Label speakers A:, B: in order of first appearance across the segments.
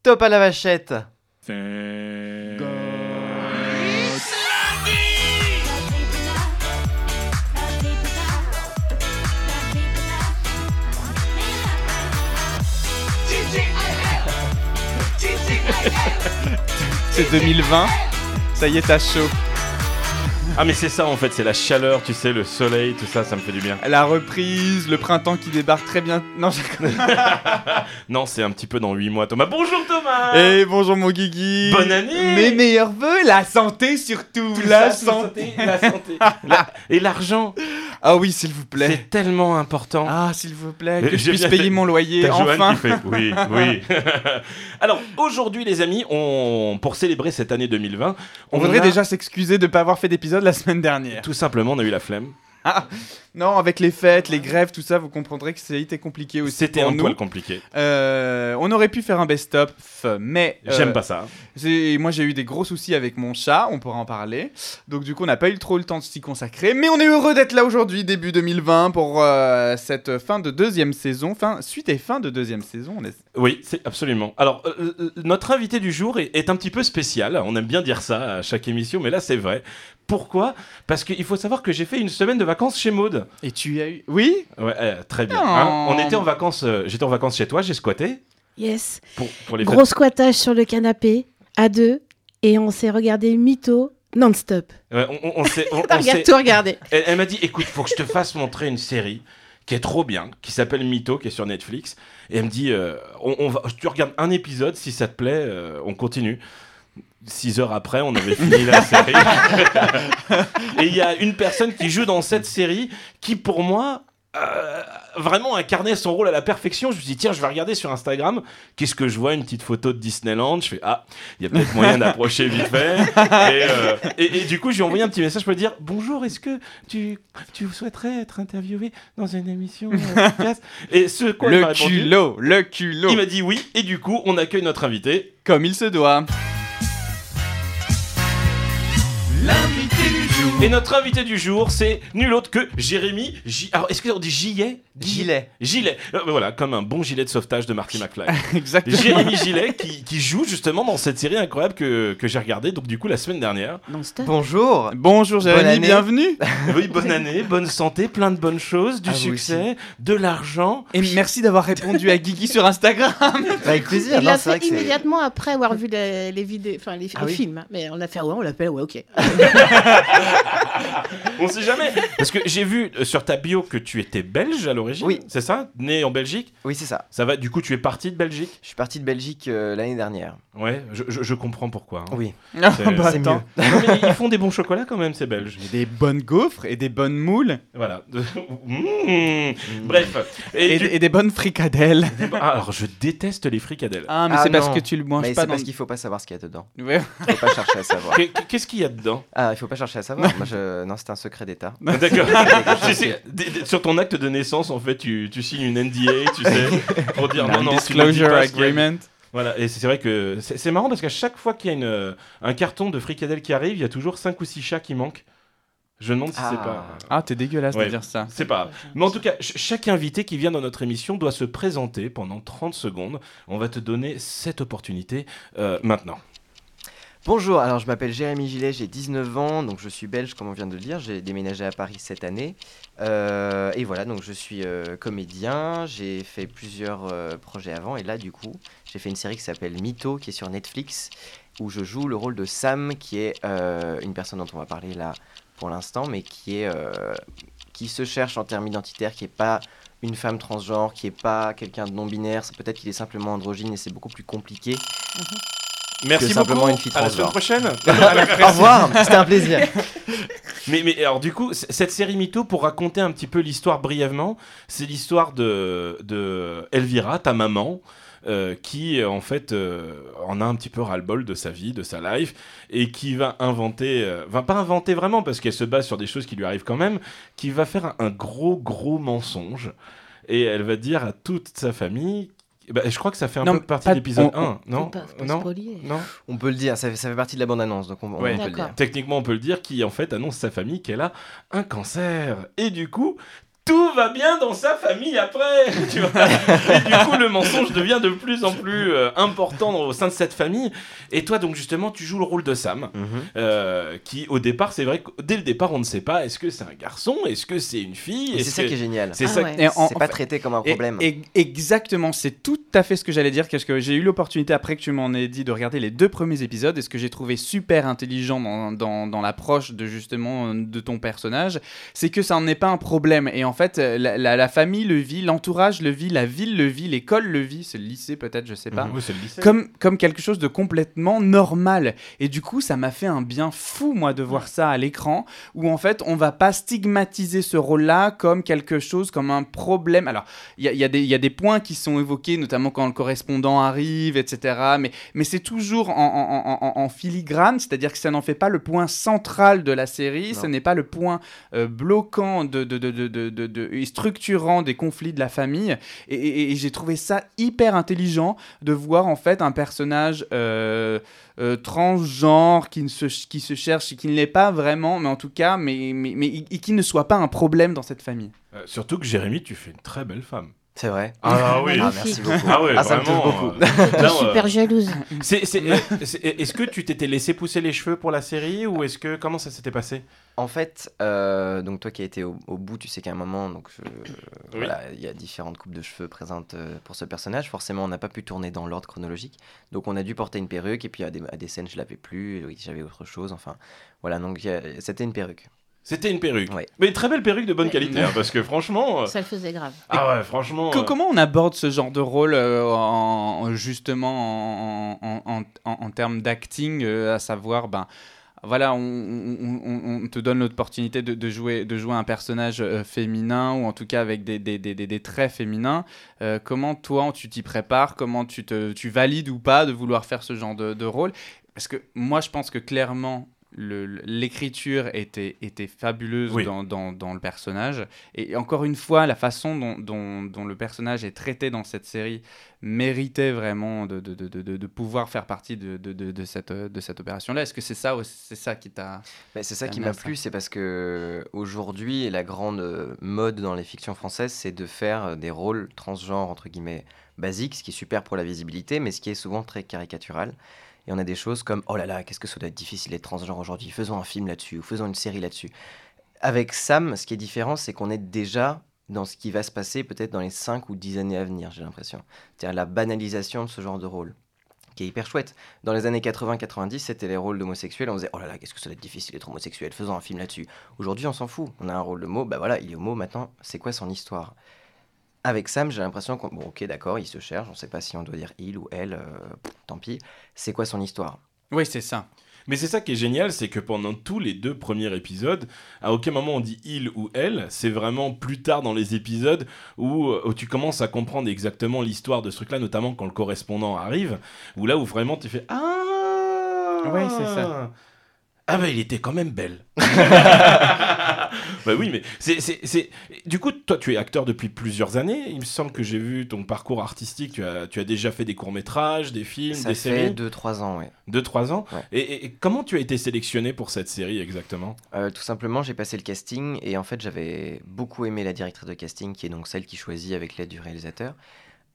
A: Stop à la vachette
B: C'est 2020. Ça y est, t'as chaud.
C: Ah mais c'est ça en fait, c'est la chaleur, tu sais, le soleil, tout ça, ça me fait du bien.
B: La reprise, le printemps qui débarque très bien. Non, je déconne.
C: Non, c'est un petit peu dans 8 mois, Thomas. Bonjour Thomas
A: Ah.
B: Et Eh, bonjour mon Guigui.
C: Bonne année
B: Mes meilleurs voeux, la santé surtout.
C: Tout
B: la
C: ça, tout
B: santé.
C: ça, La santé La- Et l'argent,
B: Ah oui, s'il vous plaît.
C: c'est tellement important
B: Ah, s'il vous plaît,
C: Mais
B: que je
C: j'ai
B: puisse
C: bien
B: payer
C: fait-
B: mon loyer
C: T'as Johan
B: enfin.
C: qui fait oui, oui. Alors aujourd'hui les amis, on pour célébrer cette année 2020,
B: On voudrait
C: a-
B: déjà s'excuser de ne pas avoir fait d'épisode la semaine dernière.
C: tout simplement on a eu la flemme.
B: Non, avec les fêtes, les grèves, tout ça, vous comprendrez que c'était compliqué aussi.
C: C'était
B: pour
C: un
B: nous.
C: poil compliqué.
B: Euh, on aurait pu faire un best-of, mais. euh,
C: J'aime pas ça.
B: j'ai- Moi, j'ai eu des gros soucis avec mon chat, on pourra en parler. Donc, du coup, on n'a pas eu trop le temps de s'y consacrer. Mais on est heureux d'être là aujourd'hui, début 2020, pour euh, cette fin de deuxième saison. Fin, suite et fin de deuxième saison. On est...
C: Oui, c'est absolument. Alors, euh, euh, notre invité du jour est, est un petit peu spécial. On aime bien dire ça à chaque émission, mais là, c'est vrai. Pourquoi Parce qu'il faut savoir que j'ai fait une semaine de vacances chez Maude.
B: Et tu as eu. Oui
C: Ouais, euh, très bien.
B: Oh.
C: hein. On était en vacances. euh, J'étais en vacances chez toi. J'ai squatté
D: Yes.
C: pour, pour les
D: Gros squattage sur le canapé, à deux, et on s'est regardé mytho non-stop.
C: fêtes. Ouais, on, on- on s'est- on- on s'est-
D: Regarde, tout regardé.
C: Elle, elle m'a dit, écoute, faut que je te fasse montrer une série qui est trop bien, qui s'appelle Mytho, qui est sur Netflix. Et elle me dit, euh, on, on va, tu regardes un épisode, si ça te plaît, euh, on continue. Six heures après, on avait fini la série. Et il y a une personne qui joue dans cette série qui, pour moi, euh, vraiment incarnait son rôle à la perfection. Je me suis dit, tiens, je vais regarder sur Instagram. Qu'est-ce que je vois Une petite photo de Disneyland. Je fais, ah, il y a peut-être moyen d'approcher vite fait. Et, euh, et- et du coup, j'ai envoyé un petit message pour lui dire, bonjour, est-ce que tu, tu souhaiterais être interviewé dans une émission euh, podcast Et ce quoi il m'a
B: le
C: répondu,
B: culot, le culot.
C: il m'a dit oui, et du coup, on accueille notre invité.
B: Comme il se doit.
C: Et notre invité du jour, c'est nul autre que Jérémy. J... Alors, est-ce qu'on dit Gillet
A: Gilet.
C: Gilet. Euh, ben voilà, comme un bon gilet de sauvetage de Marty McFly.
B: Exactement.
C: Jérémy Gilet qui, qui joue justement dans cette série incroyable que, que j'ai regardée, donc du coup, la semaine dernière.
D: Non-stop.
A: Bonjour
B: Bonjour
A: Bonne
B: Jérémy,
A: année.
B: bienvenue.
C: Oui, bonne année, bonne santé, plein de bonnes choses, du
A: À vous
C: succès, de l'argent.
B: Et merci d'avoir répondu à Guigui sur Instagram.
A: Avec plaisir,
D: Il
A: non,
D: l'a
A: c'est vrai
D: fait
A: que c'est...
D: immédiatement après avoir vu les, les vidéos, enfin les,
A: Ah
D: les
A: oui.
D: films. hein. Mais on a fait, ouais, on l'appelle, ouais, ok.
C: Ah On sait jamais. Parce que j'ai vu euh, sur ta bio que tu étais belge à l'origine.
A: Oui.
C: C'est ça Né en Belgique
A: Oui, c'est ça.
C: Ça va, du coup, tu es parti de Belgique
A: Je suis parti de Belgique euh, l'année dernière.
C: Ouais, je, je- je comprends pourquoi. hein.
A: Oui.
B: Ah,
C: C'est-
B: bah,
A: c'est
B: attends.
A: mieux.
C: Non, mais ils font des bons chocolats quand même, ces Belges.
B: Et Des bonnes gaufres et des bonnes moules
C: Voilà. Mmh.
A: Mm.
C: Bref. Et
B: et,
C: du-
B: et des bonnes fricadelles.
C: Ah, alors, je déteste les fricadelles.
B: Ah, mais
A: Ah,
B: c'est parce
A: non.
B: que tu le manges
A: Mais
B: pas
A: c'est
B: dans
A: parce qu'il faut pas savoir ce qu'il y a dedans.
B: Ouais.
A: Il faut pas chercher à savoir.
C: Qu'est- Qu'est-ce qu'il y a dedans
A: Ah, il faut pas chercher à savoir. Moi, je... Non, c'est un secret d'État.
C: D'accord. Tu sais, d- d- Sur ton acte de naissance, en fait, tu, tu signes une NDA, tu sais, pour dire non, non, tu ne dis
B: disclosure
C: pas ce qu'il y a.
B: agreement.
C: Voilà, et c'est vrai que c'est c'est marrant parce qu'à chaque fois qu'il y a une, un carton de fricadelles qui arrive, il y a toujours 5 ou 6 chats qui manquent. Je me demande si
A: Ah.
C: c'est pas.
B: Ah, t'es dégueulasse
C: Ouais.
B: de dire ça.
C: C'est pas. grave. bah, Mais en tout cas, ch- chaque invité qui vient dans notre émission doit se présenter pendant 30 secondes. On va te donner cette opportunité euh, maintenant.
A: Bonjour, alors je m'appelle Jérémy Gillet, j'ai 19 ans, donc je suis belge comme on vient de le dire, j'ai déménagé à Paris cette année. Euh, et voilà, donc je suis euh, comédien, j'ai fait plusieurs euh, projets avant, et là du coup, j'ai fait une série qui s'appelle Mytho, qui est sur Netflix, où je joue le rôle de Sam, qui est euh, une personne dont on va parler là pour l'instant, mais qui, est, euh, qui se cherche en termes identitaires, qui n'est pas une femme transgenre, qui n'est pas quelqu'un de non-binaire, c'est peut-être qu'il est simplement androgyne et c'est beaucoup plus compliqué.
C: Merci
A: Que simplement
C: beaucoup.
A: une fille
C: à la semaine
A: transgenre.
C: prochaine.
A: Au revoir, c'était un plaisir.
C: mais, mais alors du coup, c- cette série Mytho, pour raconter un petit peu l'histoire brièvement, c'est l'histoire de, de Elvira, ta maman. euh, qui euh, en fait euh, en a un petit peu ras-le-bol de sa vie, de sa life, et qui va inventer, euh, va pas inventer vraiment parce qu'elle se base sur des choses qui lui arrivent quand même, qui va faire un, un gros gros mensonge, et elle va dire à toute sa famille, bah, je crois que ça fait un
B: Non,
C: peu
B: mais
C: partie
B: pas-
C: de l'épisode
B: on- on-
C: 1, non
D: Faut pas- faut pas
C: Non
D: spoiler.
C: Non
A: On peut le dire, ça fait, ça fait partie de la bande-annonce, donc on, on
B: Ouais.
A: peut le
D: D'accord.
A: dire.
C: techniquement on peut le dire, qui en fait annonce sa famille qu'elle a un cancer. Et du coup, tout va bien dans sa famille après. Tu vois et du coup, le mensonge devient de plus en plus euh, important au sein de cette famille. Et toi, donc justement, tu joues le rôle de Sam,
A: Mhm.
C: euh, qui au départ, c'est vrai que dès le départ, on ne sait pas est-ce que c'est un garçon, est-ce que c'est une fille.
A: Et
C: est-ce
A: C'est ça
C: que-
A: qui est génial.
C: C'est
D: Ah
C: ça.
D: ouais.
B: Et en-
A: C'est
B: en
A: pas
B: fait-
A: traité comme un
B: Et-
A: problème.
B: et- exactement, c'est tout à fait ce que j'allais dire, parce que j'ai eu l'opportunité, après que tu m'en aies dit, de regarder les deux premiers épisodes, et ce que j'ai trouvé super intelligent dans, dans- dans l'approche de justement de ton personnage, c'est que ça n'en est pas un problème. Et en fait, la, la- la famille le vit, l'entourage le vit, la ville le vit, l'école le vit, c'est le lycée peut-être, je sais pas
C: Oui, c'est le lycée.
B: comme, comme quelque chose de complètement normal. Et du coup, ça m'a fait un bien fou, moi, de voir ça à l'écran, où en fait, on va pas stigmatiser ce rôle-là comme quelque chose, comme un problème. Alors, il y a, il y a des- il y a des points qui sont évoqués, notamment quand le correspondant arrive, etc. Mais, mais c'est toujours en, en- en- en- en filigrane, c'est-à-dire que ça n'en fait pas le point central de la série,
A: Non.
B: ce n'est pas le point euh, bloquant de, de, de- de- de- de- de- et structurant des conflits de la famille. Et, et- et j'ai trouvé ça hyper intelligent de voir en fait un personnage euh, euh, transgenre qui, ne se, qui se cherche et qui ne l'est pas vraiment, mais en tout cas, mais, mais, mais- et qui ne soit pas un problème dans cette famille.
C: Euh, surtout que Jérémy, tu fais une très belle femme.
A: C'est vrai.
C: Ah oui.
A: Ah,
D: Magnifique.
A: merci beaucoup.
C: Ah ouais,
A: Ah, ça me touche
C: vraiment,
A: beaucoup.
C: euh,
D: Je
C: non,
D: suis
C: euh,
D: super jalouse.
C: c'est- c'est- euh, c'est- Est-ce que tu t'étais laissé pousser les cheveux pour la série ou est-ce que comment ça s'était passé
A: En fait, euh, donc toi qui as été au, au bout, tu sais qu'à un moment, donc je- voilà, il y a différentes coupes de cheveux présentes euh, pour ce personnage. Forcément, on n'a pas pu tourner dans l'ordre chronologique, donc on a dû porter une perruque. Et puis à des, à des scènes, je l'avais plus, oui, j'avais autre chose. Enfin, voilà, donc il y a- c'était une perruque.
C: C'était une perruque.
A: Ouais.
C: Mais une très belle perruque de bonne qualité, hein, parce que franchement. euh,
D: Ça le faisait grave.
C: Ah ouais, franchement.
B: Co-
C: euh,
B: comment on aborde ce genre de rôle euh, en, en- justement en, en, en- en- en termes d'acting, euh, à savoir, ben voilà, on, on- on- on te donne l'opportunité de, de jouer, de jouer un personnage euh, féminin ou en tout cas avec des, des- des- des- des traits féminins. Euh, comment toi, tu t'y prépares Comment tu, te, tu valides ou pas de vouloir faire ce genre de, de rôle Parce que moi, je pense que clairement, le- l'écriture était, était fabuleuse
C: Oui.
B: dans- dans- dans le personnage. Et encore une fois, la façon dont, dont- dont le personnage est traité dans cette série méritait vraiment de, de- de- de- de- de pouvoir faire partie de, de- de- de cette, de cette opération-là. Est-ce que c'est ça, ou c'est ça qui t'a...
A: Mais c'est ça
B: Ah,
A: qui m'a
B: merde, ça.
A: plu, c'est parce que aujourd'hui, la grande euh, mode dans les fictions françaises, c'est de faire euh, des rôles transgenres entre guillemets basiques, ce qui est super pour la visibilité, mais ce qui est souvent très caricatural. Et on a des choses comme oh là là, qu'est-ce que ça doit être difficile d'être transgenre aujourd'hui. Faisons un film là-dessus ou faisons une série là-dessus. Avec Sam, ce qui est différent, c'est qu'on est déjà dans ce qui va se passer peut-être dans les 5 ou 10 années à venir, j'ai l'impression. C'est-à-dire la banalisation de ce genre de rôle, qui est hyper chouette. Dans les années 80-90, c'était les rôles d'homosexuels, on disait oh là là, qu'est-ce que ça doit être difficile d'être homosexuel, faisons un film là-dessus. Aujourd'hui, on s'en fout. On a un rôle de mot, bah voilà, il est homo, maintenant, c'est quoi son histoire Avec Sam, j'ai l'impression qu'on. Bon, ok, d'accord, il se cherche, on sait pas si on doit dire il ou elle, euh, pff, tant pis. C'est quoi son histoire
B: Oui, c'est ça.
C: Mais c'est ça qui est génial, c'est que pendant tous les deux premiers épisodes, à aucun moment on dit il ou elle, c'est vraiment plus tard dans les épisodes où, euh, où tu commences à comprendre exactement l'histoire de ce truc-là, notamment quand le correspondant arrive, où là où vraiment tu fais Ah
B: Ouais, c'est ça.
C: Ah bah il était quand même belle. bah oui, mais c'est, c'est, c'est... Du coup, toi tu es acteur depuis plusieurs années, il me semble que j'ai vu ton parcours artistique, tu as, tu as déjà fait des courts-métrages, des films,
A: Ça
C: des
A: fait
C: séries.
A: 2-3 ans, ouais.
C: 2-3 ans.
A: Ouais.
C: Et, et- et comment tu as été sélectionné pour cette série exactement
A: Euh, tout simplement, j'ai passé le casting et en fait, j'avais beaucoup aimé la directrice de casting, qui est donc celle qui choisit avec l'aide du réalisateur.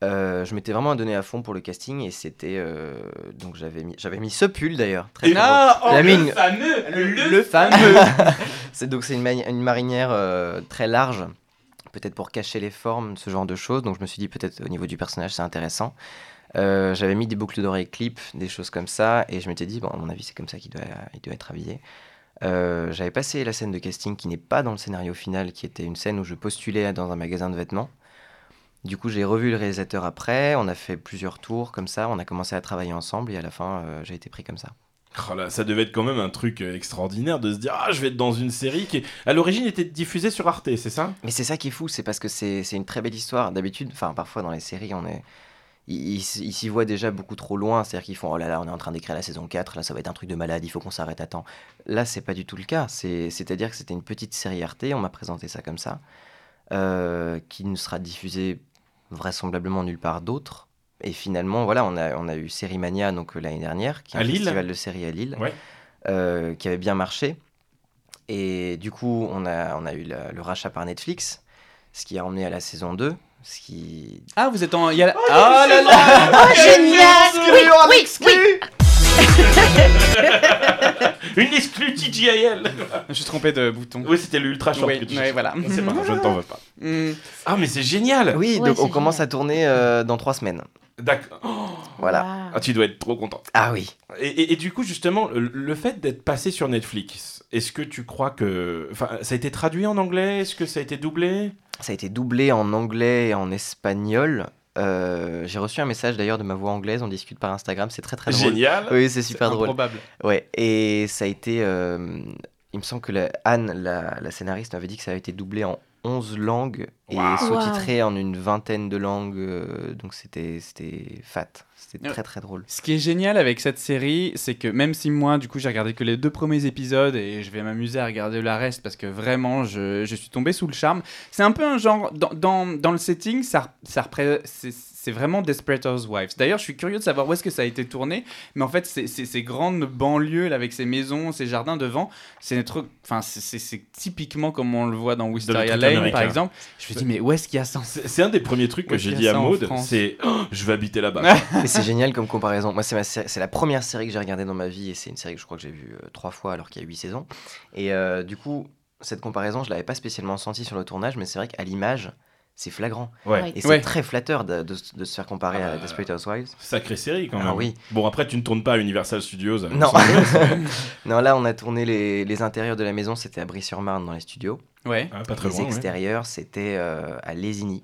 A: Euh, je m'étais vraiment donné à fond pour le casting et c'était euh, donc j'avais mis j'avais mis ce pull d'ailleurs. Très très drôle. oh, La le mine.
C: fameux
B: fameux
A: C'est donc c'est une, mani- une marinière euh, très large, peut-être pour cacher les formes, ce genre de choses. Donc je me suis dit peut-être au niveau du personnage c'est intéressant. Euh, J'avais mis des boucles d'oreilles clip, des choses comme ça, et je m'étais dit bon à mon avis c'est comme ça qu'il doit il doit être habillé. Euh, J'avais passé la scène de casting qui n'est pas dans le scénario final, qui était une scène où je postulais dans un magasin de vêtements. Du coup, j'ai revu le réalisateur après, on a fait plusieurs tours comme ça, on a commencé à travailler ensemble et à la fin, euh, j'ai été pris comme ça.
C: Oh ça devait être quand même un truc euh, extraordinaire de se dire ah je vais être dans une série qui à l'origine était diffusée sur Arte, c'est ça
A: Mais c'est ça qui est fou, c'est parce que c'est c'est une très belle histoire. D'habitude, enfin parfois dans les séries, on est ils ils s- ils s'y voient déjà beaucoup trop loin, c'est-à-dire qu'ils font oh là là, on est en train d'écrire la saison 4, là ça va être un truc de malade, il faut qu'on s'arrête à temps. Là, c'est pas du tout le cas, C'est- c'est-à-dire que c'était une petite série Arte, on m'a présenté ça comme ça, euh, qui ne sera diffusée vraisemblablement nulle part d'autre. Et finalement, voilà, on a, on a eu Série Mania donc euh, l'année dernière, qui est
C: À
A: un
C: Lille
A: festival de séries à Lille,
C: Ouais.
A: euh, qui avait bien marché. Et du coup, on a, on a eu la- le rachat par Netflix, ce qui a emmené à la saison 2. Ce qui...
B: Ah, vous êtes en. il y a la- Ah là là
D: Oh, génial Oui, oui, oui
C: Une exclue TGIL
B: Je suis trompé de bouton.
C: Oui, c'était l'ultra short
B: Oui,
C: que tu
B: ouais,
C: cherchais.
B: voilà.
C: C'est pas grave, je ne t'en veux pas.
B: Mm.
C: Ah, mais c'est génial
A: Oui,
D: Ouais,
A: donc on
D: c'est
A: commence
D: génial.
A: à tourner euh, dans trois semaines.
C: D'accord. Oh,
A: Voilà.
C: ah, tu dois être trop content.
A: Ah oui.
C: Et, et- et du coup, justement, le, le fait d'être passé sur Netflix, est-ce que tu crois que. Enfin, ça a été traduit en anglais Est-ce que ça a été doublé
A: Ça a été doublé en anglais et en espagnol. Euh, J'ai reçu un message d'ailleurs de ma voix anglaise. On discute par Instagram. C'est très très drôle.
C: Génial
A: Oui, c'est super drôle.
B: Improbable.
A: Ouais, et ça a été. euh, il me semble que la- Anne, la, la scénariste, m'avait dit que ça avait été doublé en 11 langues et
C: Waouh.
A: sous-titré en une vingtaine de langues. euh, donc c'était c'était fat. C'était
B: Ouais.
A: très très drôle.
B: Ce qui est génial avec cette série, c'est que même si moi, du coup, j'ai regardé que les deux premiers épisodes et je vais m'amuser à regarder la reste parce que vraiment, je, je suis tombé sous le charme. C'est un peu un genre, dans, dans, dans le setting, ça, ça repré- c'est c'est vraiment Desperate Housewives. D'ailleurs, je suis curieux de savoir où est-ce que ça a été tourné, mais en fait, c'est- c'est- ces grandes banlieues là, avec ces maisons, ces jardins devant, c'est des trucs- enfin, c'est- c'est c'est typiquement comme on le voit dans Wisteria Lane,
C: trucs
B: par
C: américains.
B: exemple. Je me dis, mais où est-ce qu'il y a ça
C: C'est c'est un des premiers trucs que
B: Oui,
C: j'ai
B: il y a
C: dit à
B: ça en
C: Maud
B: France.
C: c'est Oh, je vais habiter là-bas.
A: Mais c'est génial comme comparaison. Moi, c'est ma sé- c'est la première série que j'ai regardée dans ma vie et c'est une série que je crois que j'ai vue euh, trois fois alors qu'il y a huit saisons. Et euh, du coup, cette comparaison, je l'avais pas spécialement sentie sur le tournage, mais c'est vrai qu'à l'image, c'est flagrant.
C: Ouais.
A: Et c'est
B: Ouais.
A: très flatteur de, de se- de se faire comparer
C: Ah,
A: à Desperate Housewives.
C: Sacrée série quand même.
A: Ah oui.
C: Bon, après, tu ne tournes pas à Universal Studios. Hein, à
A: Non.
C: Los Angeles, mais-
A: Non, là, on a tourné les, les intérieurs de la maison, c'était à Brie-sur-Marne dans les studios.
B: Ouais.
C: Ah, pas très
A: les
C: loin. ouais.
A: extérieurs, c'était euh, à Lésigny.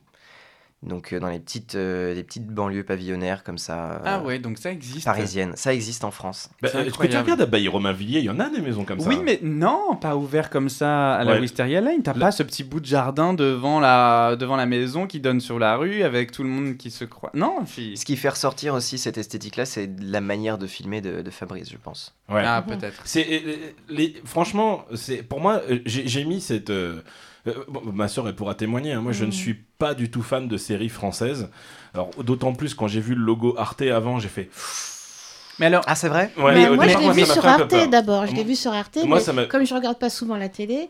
A: Donc, euh, dans les petites, euh, les petites banlieues pavillonnaires comme ça, euh,
B: Ah ouais, donc ça existe.
A: parisiennes. Ça existe en France.
C: Bah,
B: C'est
C: Est-ce que tu
B: incroyable.
C: regardes à Bailly-Romainvilliers Il y en a des maisons comme ça.
B: Oui, mais non, pas ouvert comme ça à la
C: Ouais.
B: Wisteria Lane. T'as
C: La-
B: pas ce petit bout de jardin devant la, devant la maison qui donne sur la rue avec tout le monde qui se croit. Non, fille.
A: Ce qui fait ressortir aussi cette esthétique-là, c'est la manière de filmer de, de Fabrice, je pense.
C: Ouais.
B: Ah, peut-être.
C: C'est euh, les, franchement, c'est pour moi, euh, j'ai j'ai mis cette. euh, euh, bon, ma sœur elle pourra témoigner. hein, moi, je
D: Mhm.
C: ne suis pas du tout fan de séries françaises. Alors, d'autant plus quand j'ai vu le logo Arte avant, j'ai fait.
B: Mais alors,
A: Ah, c'est vrai
C: Ouais,
D: Bah,
C: au
D: moi, je
C: départ,
D: l'ai vu
C: ça m'a
D: sur
C: fait un peu peur.
D: Arte d'abord. Je l'ai
C: Moi-
D: vu sur Arte.
C: Moi,
D: mais
C: ça m'a-
D: Comme je regarde pas souvent la télé,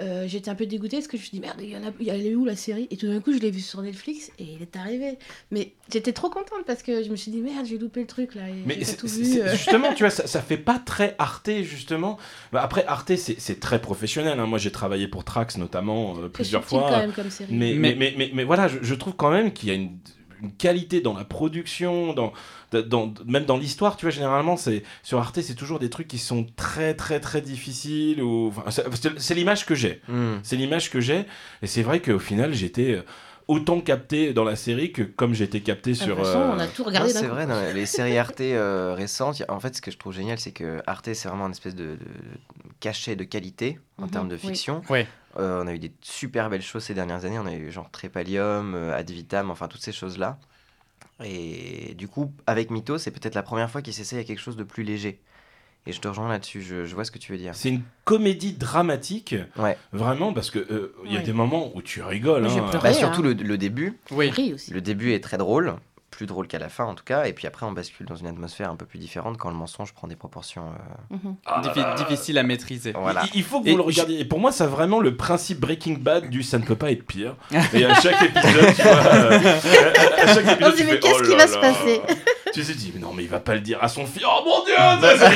D: euh, j'étais un peu dégoûtée parce que je me suis dit merde, il y en a, il y elle est où la série Et tout d'un coup, je l'ai vu sur Netflix et il est arrivé. Mais j'étais trop contente parce que je me suis dit merde, j'ai loupé le truc là. Et
C: Mais
D: j'ai pas
C: c'est-
D: tout
C: c'est-
D: vu. euh.
C: c'est- justement, tu vois, ça, ça fait pas très Arte, justement. Bah, après, Arte, c'est c'est très professionnel. hein. Moi, j'ai travaillé pour Trax, notamment, euh, plusieurs
D: C'est subtil
C: fois.
D: quand même comme série.
C: Mais,
B: Mais-
C: mais, mais, mais- mais voilà, je, je trouve quand même qu'il y a une, une qualité dans la production, dans, dans, même dans l'histoire. Tu vois, généralement, c'est sur Arte, c'est toujours des trucs qui sont très, très, très difficiles. Ou, enfin, c'est- c'est c'est l'image que j'ai.
A: Hmm.
C: C'est l'image que j'ai. Et c'est vrai qu'au final, j'étais euh, autant capté dans la série que comme j'étais capté
D: Bah, De toute
C: sur.
D: façon,
C: euh,
D: on a tout
A: Non,
D: regardé d'un
A: c'est
D: coup.
A: vrai, non, les séries Arte euh, récentes, y a- en fait, ce que je trouve génial, c'est que Arte, c'est vraiment une espèce de, de cachet de qualité en
D: Mhm,
A: termes de
D: oui.
A: fiction.
B: Ouais.
A: Euh, on a eu des super belles choses ces dernières années. On a eu genre Trépalium, euh, Ad Vitam, enfin toutes ces choses-là. Et du coup, avec Mytho, c'est peut-être la première fois qu'ils s'essayent à quelque chose de plus léger. Et je te rejoins là-dessus, je, je vois ce que tu veux dire.
C: C'est une comédie dramatique,
A: Ouais.
C: vraiment, parce que euh, il y a
D: Ouais.
C: des moments où tu rigoles.
B: Moi, j'ai
C: hein.
B: pleuré.
A: Bah,
D: Ouais,
A: surtout
D: hein.
A: le, le début,
B: oui.
D: Ri aussi.
A: Le début est très drôle, plus drôle qu'à la fin en tout cas, et puis après on bascule dans une atmosphère un peu plus différente quand le mensonge prend des proportions. euh,
D: Mhm.
C: Ah là
B: Diffi-
C: là.
B: difficile à maîtriser.
A: Bah, Voilà.
C: Il- Il faut que
B: Et
C: vous le
B: je-
C: regardiez. Et pour moi, c'est vraiment le principe Breaking Bad du ça ne peut pas être pire. Et à chaque épisode, tu vois, euh, à- à chaque épisode,
D: On se dit,
C: tu
D: mais
C: fais,
D: qu'est-ce
C: oh
D: qui
C: là
D: va se
C: là.
D: passer
C: Tu te dis, mais non, mais il va pas le dire à son fils. Oh mon dieu ça,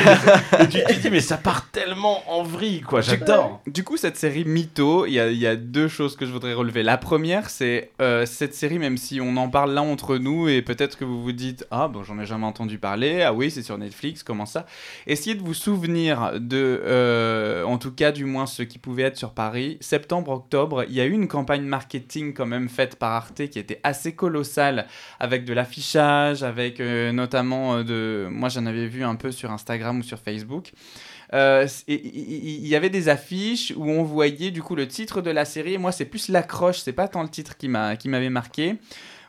C: c'est- Et tu te dis, mais ça part tellement en vrille, quoi. J'adore.
B: Du coup, cette série Mytho, il y, a- il y a deux choses que je voudrais relever. La première, c'est euh, cette série, même si on en parle là entre nous, et peut-être que vous vous dites Ah, bon, j'en ai jamais entendu parler, ah oui, c'est sur Netflix, comment ça Essayez de vous souvenir de, euh, en tout cas, du moins ceux qui pouvaient être sur Paris, septembre-octobre, il y a eu une campagne marketing quand même faite par Arte qui était assez colossale, avec de l'affichage, avec euh, notamment euh, de. Moi, j'en avais vu un peu sur Instagram ou sur Facebook. Euh, c- et- il il- il y avait des affiches où on voyait du coup le titre de la série. Et moi, c'est plus l'accroche, c'est pas tant le titre qui m'a qui m'avait marqué.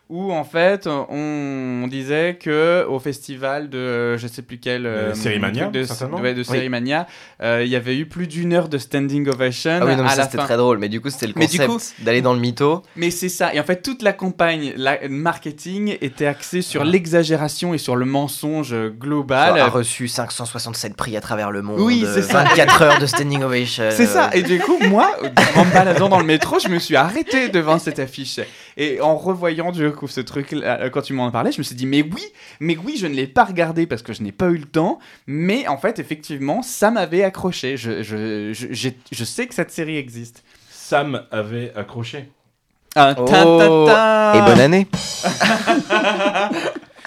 B: où en fait on disait que au festival de je sais plus quel
C: Euh, Sérimania,
B: truc de,
C: certainement.
B: ouais, de Sérimania, euh, il y avait eu plus d'une heure de standing ovation
A: Ah oui, non, mais
B: bah, à
A: ça
B: la
A: c'était
B: fin.
A: très drôle. Mais du coup, c'était le
B: Mais du
A: concept d'aller dans le mytho.
B: Mais c'est ça. Et en fait, toute la campagne la, marketing était axée sur l'exagération et sur le mensonge global.
A: Genre, a reçu 567 prix à travers le monde.
B: bah, Oui, c'est
A: euh,
B: ça.
A: 24 heures de standing ovation. euh,
B: C'est ça. Et du coup, moi, en me baladant dans le métro, je me suis arrêté devant cette affiche. Et en revoyant du coup ce truc, là, euh, quand tu m'en parlais, je me suis dit, mais oui, mais oui, je ne l'ai pas regardé parce que je n'ai pas eu le temps. Mais en fait, effectivement, ça m'avait accroché. Je, je, je, j'ai- je sais que cette série existe.
C: Sam avait accroché.
B: Ah,
A: Oh.
B: ta, ta, ta.
A: Et bonne année.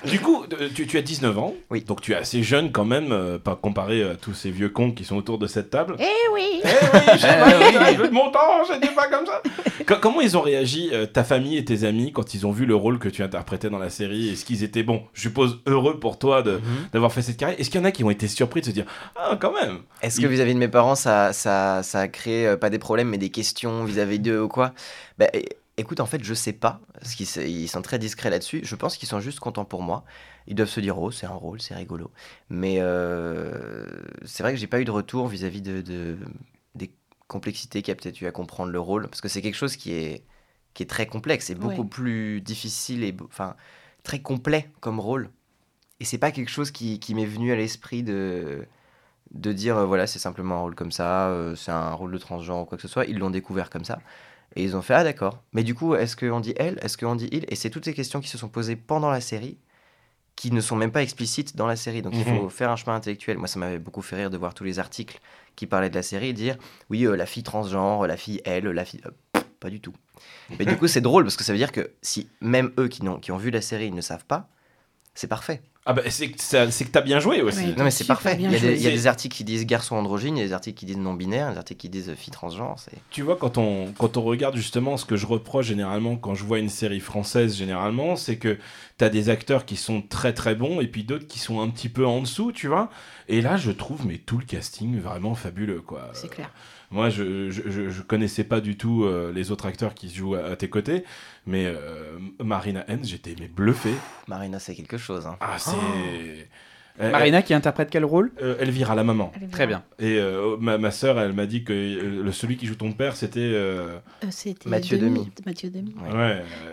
C: Du coup, euh, tu, tu as 19 ans,
A: Oui.
C: donc tu es assez jeune quand même, euh, pas comparé à tous ces vieux cons qui sont autour de cette table.
D: Eh oui
C: Eh oui, j'ai
B: Eh
C: pas eu ça,
B: oui.
C: je veux de mon temps, j'étais pas comme ça. Co- comment ils ont réagi, euh, ta famille et tes amis, quand ils ont vu le rôle que tu interprétais dans la série Est-ce qu'ils étaient, bon, je suppose, heureux pour toi de-
A: Mhm.
C: d'avoir fait cette carrière Est-ce qu'il y en a qui ont été surpris de se dire Ah, quand même
A: Est-ce que vis-à-vis de mes parents, ça, ça, ça a créé euh, pas des problèmes, mais des questions vis-à-vis d'eux ou quoi Bah, é- écoute, en fait, je sais pas. Parce qu'ils se- ils sont très discrets là-dessus. Je pense qu'ils sont juste contents pour moi. Ils doivent se dire, oh, c'est un rôle, c'est rigolo. Mais euh, c'est vrai que j'ai pas eu de retour vis-à-vis de, de- des complexités qu'il y a peut-être eu à comprendre le rôle. Parce que c'est quelque chose qui est, qui est très complexe et beaucoup
D: Ouais.
A: plus difficile et be- enfin très complet comme rôle. Et c'est pas quelque chose qui, qui m'est venu à l'esprit de de dire euh, voilà c'est simplement un rôle comme ça, euh, c'est un rôle de transgenre ou quoi que ce soit, ils l'ont découvert comme ça et ils ont fait ah d'accord. Mais du coup est-ce qu'on dit elle, est-ce qu'on dit il et c'est toutes ces questions qui se sont posées pendant la série qui ne sont même pas explicites dans la série donc il
C: Mhm.
A: faut faire un chemin intellectuel. Moi ça m'avait beaucoup fait rire de voir tous les articles qui parlaient de la série et dire oui euh, la fille transgenre, la fille elle, la fille euh, pff, pas du tout. Mais du coup c'est drôle parce que ça veut dire que si même eux qui n'ont qui ont vu la série ils ne savent pas c'est parfait.
C: Ah, bah, c'est que ça- c'est que t'as bien joué aussi.
D: Ouais.
A: Non mais c'est
D: Super
A: parfait. Il
D: bien
A: y, a des,
D: choisi.
A: il y a des articles qui disent garçon androgyne, il y a des articles qui disent non binaire, il y a des articles qui disent euh, fille transgenre. c'est-
C: Tu vois, quand on, quand on regarde justement ce que je reproche généralement quand je vois une série française, généralement, c'est que t'as des acteurs qui sont très très bons et puis d'autres qui sont un petit peu en dessous, tu vois. Et là, je trouve mais tout le casting vraiment fabuleux, quoi.
D: C'est clair.
C: Moi, je, je, je- je connaissais pas du tout euh, les autres acteurs qui jouent à, à tes côtés, mais euh, Marina Hens, j'étais mais bluffé.
A: Marina c'est quelque chose. hein.
C: Ah, c'est. Euh,
B: Marina qui interprète quel rôle
C: euh, Elvira, la maman.
D: Allez,
B: Très
D: viens.
B: bien.
C: Et euh, ma, ma sœur, elle m'a dit que euh, le- celui qui joue ton père, c'était. euh,
D: Euh, C'était
A: Mathieu
D: Demi.
A: Demi.
D: Mathieu Demi.
A: Ouais.
C: Ouais,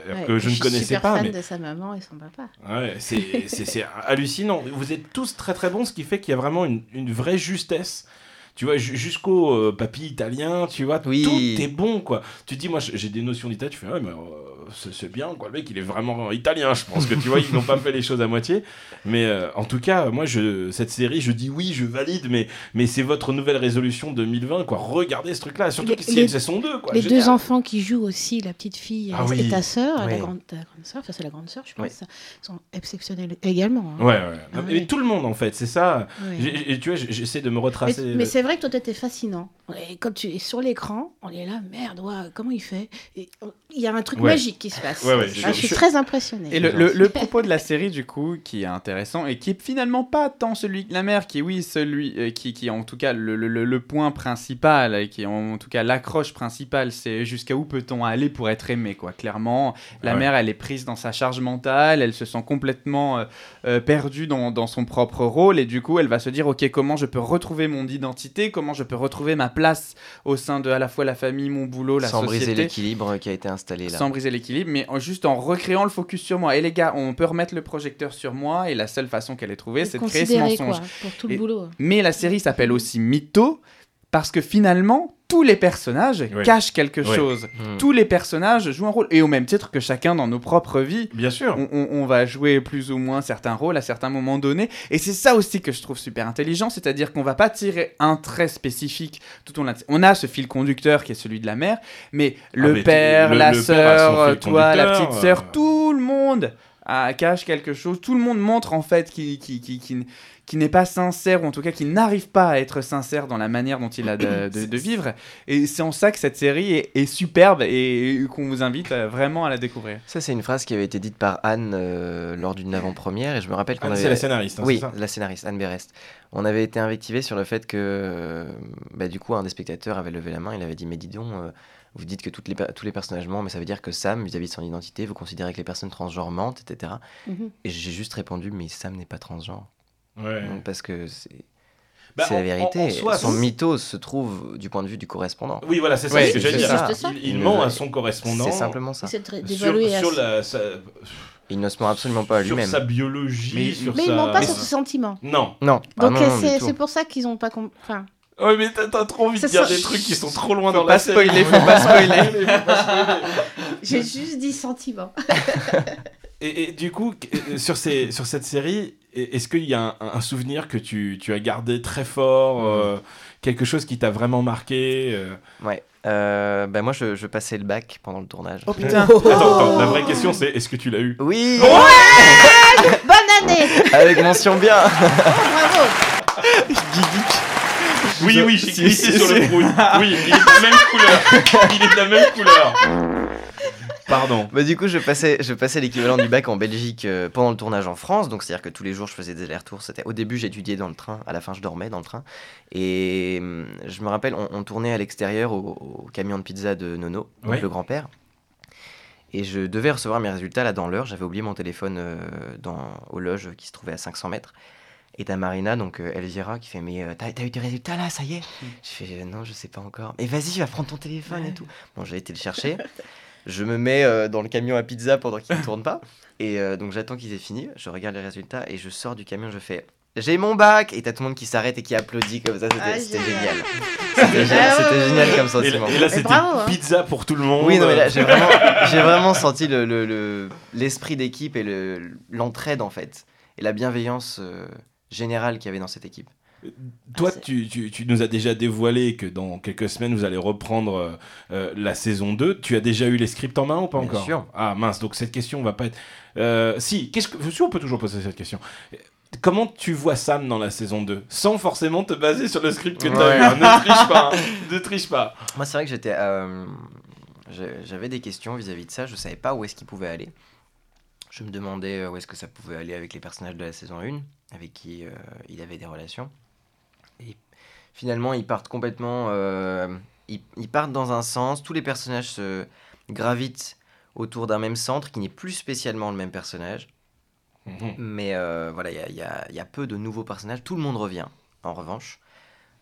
C: euh,
D: Ouais,
C: que je ne
D: suis
C: connaissais
D: super
C: pas.
D: fan
C: mais...
D: de sa maman et son papa.
C: Ouais, c'est- c'est c'est hallucinant. Vous êtes tous très très bons, ce qui fait qu'il y a vraiment une, une vraie justesse. Tu vois, ju- jusqu'au euh, papy italien, tu vois,
A: Oui.
C: tout est bon, quoi. Tu te dis, moi, j- j'ai des notions d'Italie, tu fais, ouais, mais euh, c'est c'est bien, quoi. Le mec, il est vraiment italien, je pense que, tu vois, ils n'ont pas fait les choses à moitié. Mais euh, en tout cas, moi, je, cette série, je dis oui, je valide, mais, mais c'est votre nouvelle résolution 2020, quoi. Regardez ce truc-là, surtout
D: Les-
C: que si
D: les-
C: elles sont deux, quoi. ah,
D: Les
C: Génial.
D: deux enfants qui jouent aussi, la petite fille
C: Ah
D: et
C: oui.
D: ta sœur,
A: Oui.
D: la grande, ta grande sœur, enfin c'est la grande sœur, je
A: Oui.
D: pense, sont exceptionnels également. hein.
C: Ouais, ouais. Non, mais-
D: ouais.
C: mais tout le monde, en fait, c'est ça.
D: Ouais.
C: J'ai- j'ai- Tu vois, j'ai- j'essaie de me
D: Mais,
C: retracer.
D: mais c'est vrai que toi, t'étais fascinant. Et quand tu es sur l'écran, on est là, merde, ouah, comment il fait Et on- Il y a un truc
C: Ouais.
D: magique qui se passe.
C: Ouais, ouais,
D: Ah,
C: je-
D: je, suis
C: je-
D: très impressionnée.
B: Et le, le- le propos de la série, du coup, qui est intéressant et qui est finalement pas tant celui que la mère, qui est, oui, celui euh, qui, qui est en tout cas le, le- le- le point principal, et qui est en tout cas l'accroche principale, c'est jusqu'à où peut-on aller pour être aimé, quoi. Clairement, la
C: Ah ouais.
B: mère, elle est prise dans sa charge mentale, elle se sent complètement euh, euh, perdue dans, dans son propre rôle, et du coup, elle va se dire, ok, comment je peux retrouver mon identité, comment je peux retrouver ma place au sein de à la fois la famille, mon
C: Oh,
B: boulot, la
A: Sans briser
B: société
A: l'équilibre qui a été installé là.
B: sans briser l'équilibre, mais en- juste en recréant le focus sur moi. Et les gars, on peut remettre le projecteur sur moi, et la seule façon qu'elle ait trouvée, c'est de créer ce
D: Considéré,
B: mensonge.
D: quoi, pour tout le
B: Et-
D: boulot.
B: Mais la série s'appelle aussi Mytho, parce que finalement, tous les personnages
C: Ouais.
B: cachent quelque
C: Ouais.
B: chose.
A: Hmm.
B: Tous les personnages jouent un rôle, et au même titre que chacun dans nos propres vies.
C: Bien sûr.
A: Mm.
B: On, on- on va jouer plus ou moins certains rôles à certains moments donnés. Et c'est ça aussi que je trouve super intelligent, c'est-à-dire qu'on va pas tirer un trait spécifique tout au long de la- On a ce fil conducteur qui est celui de la mère, mais le
C: Ah, mais t-
B: père,
C: le-
B: la
C: le père a son
B: sœur,
C: fil
B: euh, toi, la
C: conducteur,
B: petite sœur,
C: euh.
B: tout le monde ah, cache quelque chose, tout le monde montre en fait qui, qui, qui, qui, n- qui n'est pas sincère, ou en tout cas qui n'arrive pas à être sincère dans la manière dont il a de, de- de vivre. Et c'est en ça que cette série est, est superbe et qu'on vous invite euh, vraiment à la découvrir.
A: Ça c'est une phrase qui avait été dite par Anne euh, lors d'une avant-première et je me rappelle qu'on
C: Anne,
A: avait.
C: c'est la scénariste. hein,
A: oui,
C: c'est ça
A: la scénariste Anne Berest. On avait été invectivé sur le fait que, euh, bah, du coup, un des spectateurs avait levé la main. Il avait dit, mais dis donc, euh, Vous dites que toutes les, per- tous les personnages mentent, mais ça veut dire que Sam, vis-à-vis de son identité, vous considérez que les personnes transgenres mentent, etc.
D: Mhm.
A: Et j'ai juste répondu, mais Sam n'est pas transgenre.
C: Ouais.
A: Donc, Parce que c'est
C: Bah,
A: Mm. c'est la
C: en- en-
A: vérité.
C: en soi,
A: son
C: c'est-
A: mythos se trouve du point de vue du correspondant.
C: Oui, voilà, c'est ça
B: Ouais,
C: ce que
A: c'est
C: j'allais dire.
A: juste
D: ça.
C: Il, il
A: Il
C: ment
A: le-
C: à son correspondant.
A: C'est simplement ça.
D: C'est de-
C: Sur,
D: d'évaluer à-
C: sur la, sa,
A: Il ne se ment absolument pas à
C: sur
A: lui-même.
C: sa biologie,
A: Mais-
C: sur
D: Mais
C: sa...
D: ils mentent pas
C: Mais-
D: sur ses sentiments.
C: Non.
A: Non, Ah
D: Donc euh,
A: non, non, du
D: c'est
A: tout.
D: c'est pour ça qu'ils ont pas compris. Enfin,
C: Ouais, mais t'as t'as trop envie de
D: C'est
C: dire
D: ça.
C: des trucs qui sont trop loin dans
B: Faut
C: la
B: pas
C: série.
B: spoiler, faut pas spoiler.
D: j'ai juste dit sentiments.
C: Et, et du coup, qu- euh, sur, ces, sur cette série, e- est-ce qu'il y a un, un souvenir que tu, tu as gardé très
A: Mm.
C: fort euh, Quelque chose qui t'a vraiment marqué euh
A: Ouais. Euh, bah, moi, je, je passais le bac pendant le tournage.
B: Oh putain.
C: Attends, attends, la vraie question c'est est-ce que tu l'as eu
A: Oui
D: Bonne année
A: Avec mention bien
D: Oh, Bravo
C: Oui, oui, j'ai glissé sur le brouille. Oui, il est de la même couleur. Il est de la même couleur. Pardon.
A: Bah du coup, je passais, je passais l'équivalent du bac en Belgique euh, pendant le tournage en France. Donc c'est-à-dire que tous les jours, je faisais des allers-retours. C'était au début, j'étudiais dans le train. À la fin, je dormais dans le train. Et hum, je me rappelle, on, on tournait à l'extérieur au, au camion de pizza de Nono, donc
C: Ouais.
A: le grand-père. Et je devais recevoir mes résultats là dans l'heure. J'avais oublié mon téléphone euh, dans, aux loges qui se trouvait à 500 mètres. Et t'as Marina, donc euh, Elvira, qui fait Mais euh, t'as t'as eu tes résultats là, ça y est Je fais Non, je sais pas encore. Mais vas-y, va prendre ton téléphone et tout. Bon, j'ai été le chercher. Je me mets euh, dans le camion à pizza pendant qu'il ne tourne pas. Et euh, donc j'attends qu'ils aient fini. Je regarde les résultats et je sors du camion. Je fais J'ai mon bac Et t'as tout le monde qui s'arrête et qui applaudit comme ça. C'était
D: Ah,
A: c'était
D: génial.
A: génial. C'était génial,
D: Ah ouais,
A: c'était
D: ouais,
A: génial
D: ouais.
A: comme
C: Et,
A: sentiment.
C: là- et là, euh. c'était
D: bravo, hein.
C: pizza pour tout le monde.
A: Oui, non, mais là, j'ai vraiment, j'ai vraiment senti l'esprit le, le, l'esprit d'équipe et le- l'entraide, en fait. Et la bienveillance euh, générale qu'il y avait dans cette équipe.
C: Toi,
D: Ah, c'est-
C: tu, tu- tu nous as déjà dévoilé que dans quelques semaines, vous allez reprendre euh, euh, la saison 2. Tu as déjà eu les scripts en main ou pas
A: Bien
C: encore
A: sûr.
C: Ah mince, donc cette question va pas être. Euh, si, qu'est-ce que. Si, on peut toujours poser cette question. Euh, Comment tu vois Sam dans la saison 2 Sans forcément te baser sur le script que tu as
A: Ouais.
C: eu. hein. Ne triche pas. hein. Ne triche pas.
A: Moi, c'est vrai que j'étais. euh, j'a- J'avais des questions vis-à-vis de ça. Je savais pas où est-ce qu'il pouvait aller. Je me demandais euh, où est-ce que ça pouvait aller avec les personnages de la saison 1, avec qui euh, il avait des relations. Et finalement, ils partent complètement. euh, ils, ils partent dans un sens. Tous les personnages se gravitent autour d'un même centre qui n'est plus spécialement le même personnage.
C: Mhm.
A: Mais euh, voilà, il y a, il y a- il y a peu de nouveaux personnages. Tout le monde revient, en revanche.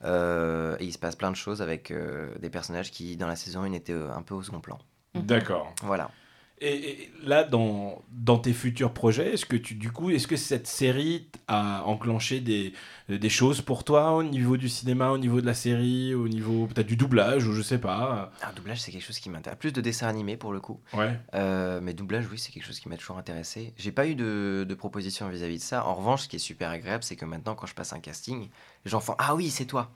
A: Euh, et il se passe plein de choses avec euh, des personnages qui, dans la saison 1, étaient euh, un peu au second plan.
D: Mhm.
C: D'accord.
A: Voilà.
C: Et, et là, dans, dans tes futurs projets, est-ce que tu, du coup, est-ce que cette série a enclenché des, des choses pour toi au niveau du cinéma, au niveau de la série, au niveau peut-être du doublage ou je sais pas
A: Un doublage, c'est quelque chose qui m'intéresse. Plus de dessins animés, pour le coup.
C: Ouais.
A: Euh, mais doublage, oui, c'est quelque chose qui m'a toujours intéressé. J'ai pas eu de, de proposition vis-à-vis de ça. En revanche, ce qui est super agréable, c'est que maintenant, quand je passe un casting, les gens font Ah oui, c'est toi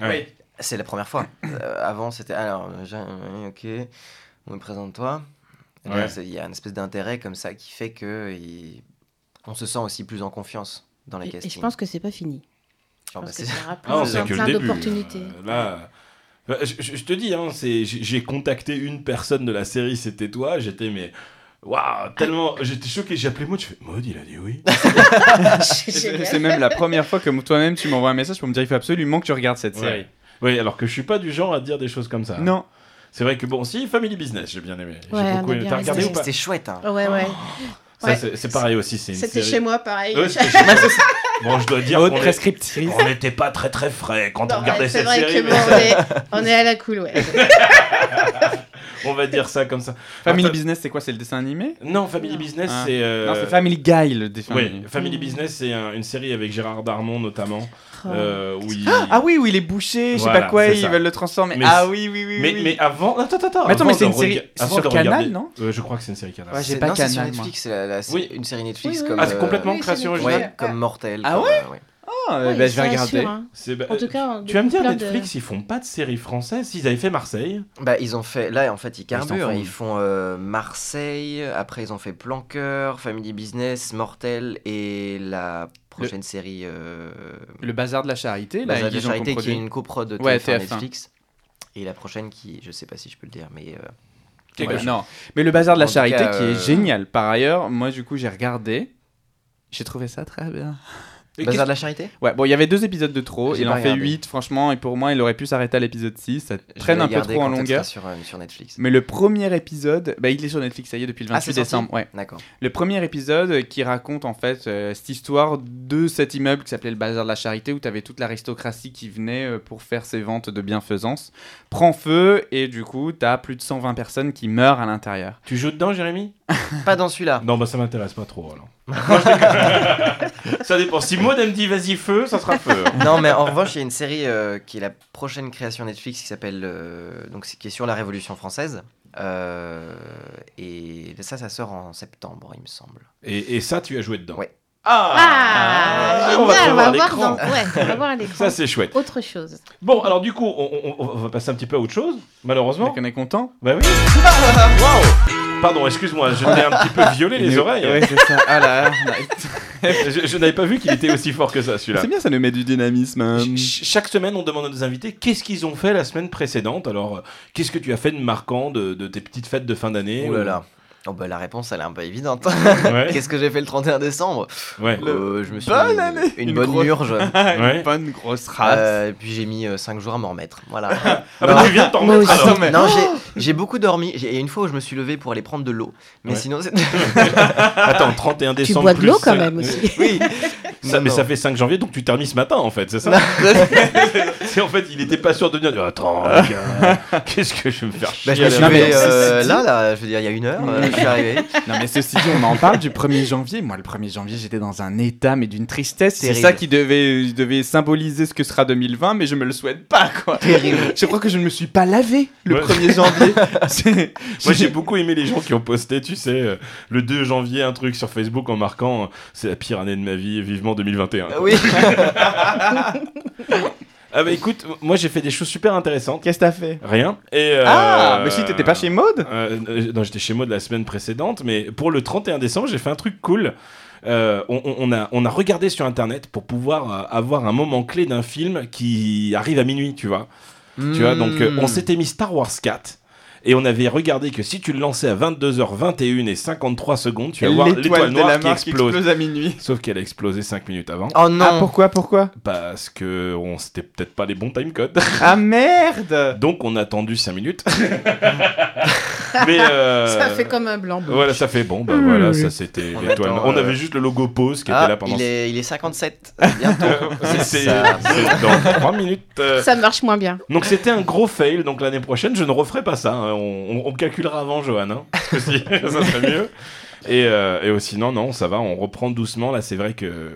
C: Ouais.
A: C'est la première fois. Euh, avant, c'était alors, euh, j'ai- euh, ok, on me présente toi. Et là,
C: Ouais.
A: c'est- Il y a une espèce d'intérêt comme ça qui fait que il- on se sent aussi plus en confiance dans les
D: Et, et
A: castings.
D: je pense que c'est pas fini.
A: Genre, bah,
D: Parce que
A: c'est-
D: ça aura plein,
C: Ah non,
A: c'est
C: c'est
D: plein,
C: que le
D: plein
C: début.
D: d'opportunités.
C: Euh, là, bah, je, je- je te dis, hein, c'est, j'ai j'ai contacté une personne de la série, c'était toi. J'étais mais waouh, tellement, j'étais choqué. J'ai appelé Maud, je fais Maud, il a dit oui.
B: C'est
D: Ah, Génial.
B: c'est même la première fois que toi-même tu m'envoies un message pour me dire il faut absolument que tu regardes cette
C: Ouais.
B: série.
C: oui, alors que je suis pas du genre à dire des choses comme ça.
B: Non.
C: C'est vrai que bon, si Family Business, j'ai bien aimé.
D: Ouais,
C: j'ai
D: on
C: beaucoup
D: a
C: aimé.
D: bien
C: T'as
D: resté.
C: regardé ou
A: C'était
C: pas
A: c'était chouette. hein.
D: Ouais, ouais.
C: Ça,
D: Ouais.
C: c'est- c'est pareil aussi, c'est une
D: C'était
C: série.
D: chez moi, pareil.
C: Ouais, c'était chez moi. bon, je dois dire
B: Haute
C: qu'on est-
B: prescriptrice.
C: on n'était pas très très frais quand on
D: Non,
C: regardait
D: ouais, C'est
C: cette
D: vrai
C: série,
D: que
C: mais
D: bon,
C: ça-
D: on est- on est à la cool, ouais.
C: on va dire ça comme ça.
B: Family
C: Attends.
B: Business, c'est quoi C'est le dessin animé
C: Non, Family Business,
B: Ah.
C: c'est. euh,
B: Non, c'est Family Guy le dessin
C: Oui,
B: animé.
C: Family
D: Mm.
C: Business, c'est un- une série avec Gérard Darmon notamment.
D: Oh.
C: euh, où il-
B: Ah oui, où il est bouché, je sais
C: Voilà,
B: pas quoi,
C: c'est
B: ils
C: ça.
B: veulent le transformer.
C: Mais
B: Ah
C: c'est-
B: oui, oui, oui.
C: mais,
B: oui.
C: mais avant. Attends, attends, attends.
B: Mais attends,
C: avant
B: mais c'est
C: de
B: une série-
C: rega-
B: c'est
C: avant
B: sur
C: de
B: Canal,
C: regarder-
B: non
C: Euh, Je crois que c'est une série Canal.
B: Ouais, j'ai
A: C'est-
B: pas
A: non, c'est sur
B: Canal, moi.
A: Netflix, c'est la- la- c'est
C: Oui.
A: une série Netflix
D: Oui, oui,
A: comme
D: oui.
C: Ah, c'est complètement
A: euh,
D: Oui,
C: création
D: c'est
C: originale.
A: ouais, comme Mortel.
B: Ah
A: comme,
B: ouais
A: euh, ouais.
B: Ah, euh,
D: Ouais,
B: bah, je
D: ça
B: vais regarder.
D: assure, hein.
C: C'est- bah,
D: En tout cas, on
C: tu vas me dire,
D: découvre plein de-
C: Netflix, ils font pas de série française. S'ils avaient fait Marseille.
A: Bah, ils ont fait. Là, en fait, ils
B: ils en
A: carburent.
B: font-
A: Ils font euh, Marseille. Après, ils ont fait Planqueur, Family Business, Mortel et la prochaine série. euh,
B: Le bazar de la charité, là,
A: Bazar de
B: ils ont
A: Charité, qui est
B: coproduit.
A: une coprode de
B: Ouais,
A: TF1
B: TF1.
A: Netflix. Et la prochaine qui, je sais pas si je peux le dire, mais euh,
B: Ouais,
A: Quelque chose.
B: non. Mais le bazar de la
A: En tout
B: charité
A: cas,
B: qui est
A: euh,
B: génial. Par ailleurs, moi du coup j'ai regardé, j'ai trouvé ça très bien.
C: Et
A: Bazar
C: qu'est-ce-
A: de la charité
B: Ouais, bon, il y avait deux épisodes de trop.
A: J'ai
B: Il
A: pas
B: en fait
A: regardé.
B: 8, franchement, et pour moi, il aurait pu s'arrêter à l'épisode 6. Ça
A: Je
B: traîne
A: vais
B: un peu
A: regarder
B: trop en
A: quand elle
B: longueur.
A: sera Sur, euh, sur Netflix.
B: Mais le premier épisode, bah, il est sur Netflix, ça y est, depuis le
A: Ah,
B: 28
A: c'est sorti
B: décembre. Ouais.
A: D'accord.
B: Le premier épisode qui raconte en fait euh, cette histoire de cet immeuble qui s'appelait le Bazar de la Charité où tu avais toute l'aristocratie qui venait euh, pour faire ses ventes de bienfaisance prend feu et du coup tu as plus de 120 personnes qui meurent à l'intérieur.
C: Tu joues dedans, Jérémy
A: Pas dans celui-là.
C: Non, bah ça m'intéresse pas trop alors. Moi, je déconne. ça dépend. Si Maud elle me dit vas-y feu, ça sera feu.
A: Non, mais en revanche, il y a une série euh, qui est la prochaine création Netflix qui s'appelle. euh, donc, c'est- qui est sur la Révolution française. Euh, et ça, ça sort en septembre, il me semble.
C: Et, et ça, tu as joué dedans.
A: Ouais.
D: Ah,
C: Ah. on va te
D: génial, on
C: revoir
D: va
C: à
D: voir
C: l'écran.
D: dans- ouais, on va voir à l'écran.
C: Ça c'est chouette.
D: Autre chose.
C: Bon, alors du coup, on, on- on va passer un petit peu à autre chose, malheureusement.
B: Donc on est content
C: Bah oui. Waouh. Pardon, excuse-moi, je t'ai un petit peu violé les
B: Et-
C: oreilles.
B: Ouais, c'est ça. Ah là, on a-
C: Je, je n'avais pas vu qu'il était aussi fort que ça, celui-là.
B: c'est bien, ça nous met du dynamisme. hein.
C: Ch- ch- Chaque semaine, on demande à nos invités qu'est-ce qu'ils ont fait la semaine précédente. Alors, euh, qu'est-ce que tu as fait de marquant de, de tes petites fêtes de fin d'année
A: Oh là là. Oh bah la réponse elle est un peu évidente.
C: Ouais,
A: Qu'est-ce que j'ai fait le 31 décembre
C: ouais,
B: Le-
A: Euh, Je me suis
B: Bonne
A: mis
B: année
A: une,
B: Une
A: bonne
B: grosse-
A: urge.
C: ouais.
B: Une bonne grosse race.
A: Euh, et puis j'ai mis 5 jours à m'en remettre. Voilà.
C: Ah bah, tu viens de t'en remettre
B: aussi.
C: alors. Oh
B: mais-
A: Non, j'ai- j'ai beaucoup dormi. J'ai- Il y a une fois où je me suis levé pour aller prendre de l'eau. Mais
C: Ouais.
A: sinon, c'est. Bah,
C: Attends, 31
D: Tu
C: décembre.
D: bois de
C: plus
D: l'eau quand
C: cinq-
D: même aussi.
A: oui
C: Ça-
A: Non,
C: mais
A: non.
C: ça fait 5 janvier, donc tu t'es remis ce matin en fait, c'est ça C'est en fait, il était pas sûr de venir. Attends, gars, qu'est-ce que je vais me faire
A: Bah,
C: chier
A: je me suis
B: Non, mais
A: levé
B: on
A: euh,
B: se dit-
A: là, là, je veux dire, il y a une heure, euh, je suis arrivé.
B: Non mais ceci dit, on en parle du 1er janvier. Moi, le 1er janvier, j'étais dans un état, mais d'une tristesse. C'est
A: Terrible.
B: ça qui devait, euh, devait symboliser ce que sera 2020, mais je me le souhaite pas, quoi.
A: Terrible.
B: Je crois que je ne me suis pas lavé le
C: Ouais.
B: 1er janvier. C'est-
C: Moi j'ai
B: j'ai-
C: beaucoup aimé les gens qui ont posté, tu sais, euh, le 2 janvier, un truc sur Facebook en marquant euh, c'est la pire année de ma vie, vivement 2021.
A: Ah Oui.
C: Ah bah écoute, m- moi j'ai fait des choses super intéressantes.
B: Qu'est-ce que t'as fait
C: Rien. Et, euh,
B: Ah, mais si t'étais pas chez Maude
C: Euh, euh, non, j'étais chez moi de la semaine précédente, mais pour le 31 décembre, j'ai fait un truc cool. Euh, on, on- on a, on a regardé sur internet pour pouvoir euh, avoir un moment clé d'un film qui arrive à minuit, tu vois.
A: Hmm.
C: Tu vois, donc euh, on s'était mis Star Wars 4 et on avait regardé que si tu le lançais à 22h21 et 53 secondes, tu vas voir l'étoile
B: de la
C: noire qui
B: mort qui
C: explose.
B: explose à minuit.
C: Sauf qu'elle a explosé 5 minutes avant
A: Oh non.
B: Ah, pourquoi, pourquoi
C: parce que on c'était peut-être pas les bons timecodes.
B: Ah, merde
C: Donc on a attendu 5 minutes. Mais euh,
D: Ça fait comme un blanc.
C: Voilà, ça fait bon. Bah
D: Mmh.
C: voilà, ça c'était
A: On
C: l'étoile.
A: attend,
C: On
A: euh,
C: avait juste le logo pause qui
A: Ah,
C: était là pendant.
A: il, est, il est 57. Bientôt.
C: C'est-
A: C'est
C: c'est
A: ça.
C: c'est dans 3 minutes. euh.
D: Ça marche moins bien.
C: Donc c'était un gros fail. Donc l'année prochaine, je ne referai pas ça. hein. On, on- on calculera avant, Johan. hein. Parce que si, ça serait mieux. Et, euh, et aussi, non, non, ça va. On reprend doucement. Là, c'est vrai que euh,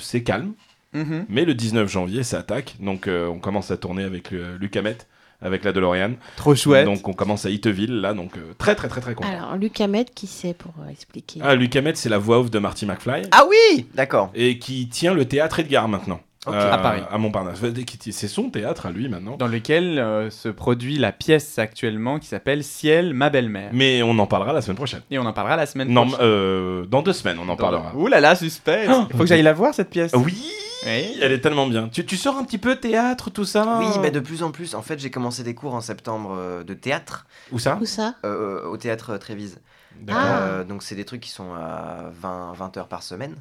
C: c'est calme.
B: Mhm.
C: Mais le 19 janvier, ça attaque. Donc euh, on commence à tourner avec le, Luc Hamet, avec la DeLorean.
B: Trop chouette.
C: Donc on commence à Iteville, là. Donc euh, très, très, très, très content.
D: Alors, Luc Hamet, qui sait pour euh, expliquer
C: Ah, Luc Hamet, c'est la voix off de Marty McFly.
A: Ah oui D'accord.
C: et qui tient le théâtre Edgar maintenant. Euh,
A: Ok.
B: À Paris.
C: À Montparnasse. Enfin, dès qu'il tient- C'est son théâtre à lui maintenant.
B: Dans lequel euh, se produit la pièce actuellement qui s'appelle Ciel, ma belle-mère.
C: Mais on en parlera la semaine prochaine.
B: Et on en parlera la semaine
C: Non,
B: prochaine.
C: euh, dans deux semaines, on en parlera.
B: Ouh là là, suspense.
C: Ah.
B: Faut que j'aille la voir cette pièce. Eh
C: Oui
B: Oui.
C: Elle est tellement bien. Tu, tu sors un petit peu théâtre, tout ça
B: Oh.
A: Oui, mais de plus en plus, en fait, j'ai commencé des cours en septembre euh, de théâtre
C: Où ça
D: Où ça
A: euh, au théâtre euh, Trévise.
C: D'accord.
D: Ah.
A: Euh, donc, c'est des trucs qui sont à 20, 20 heures par semaine.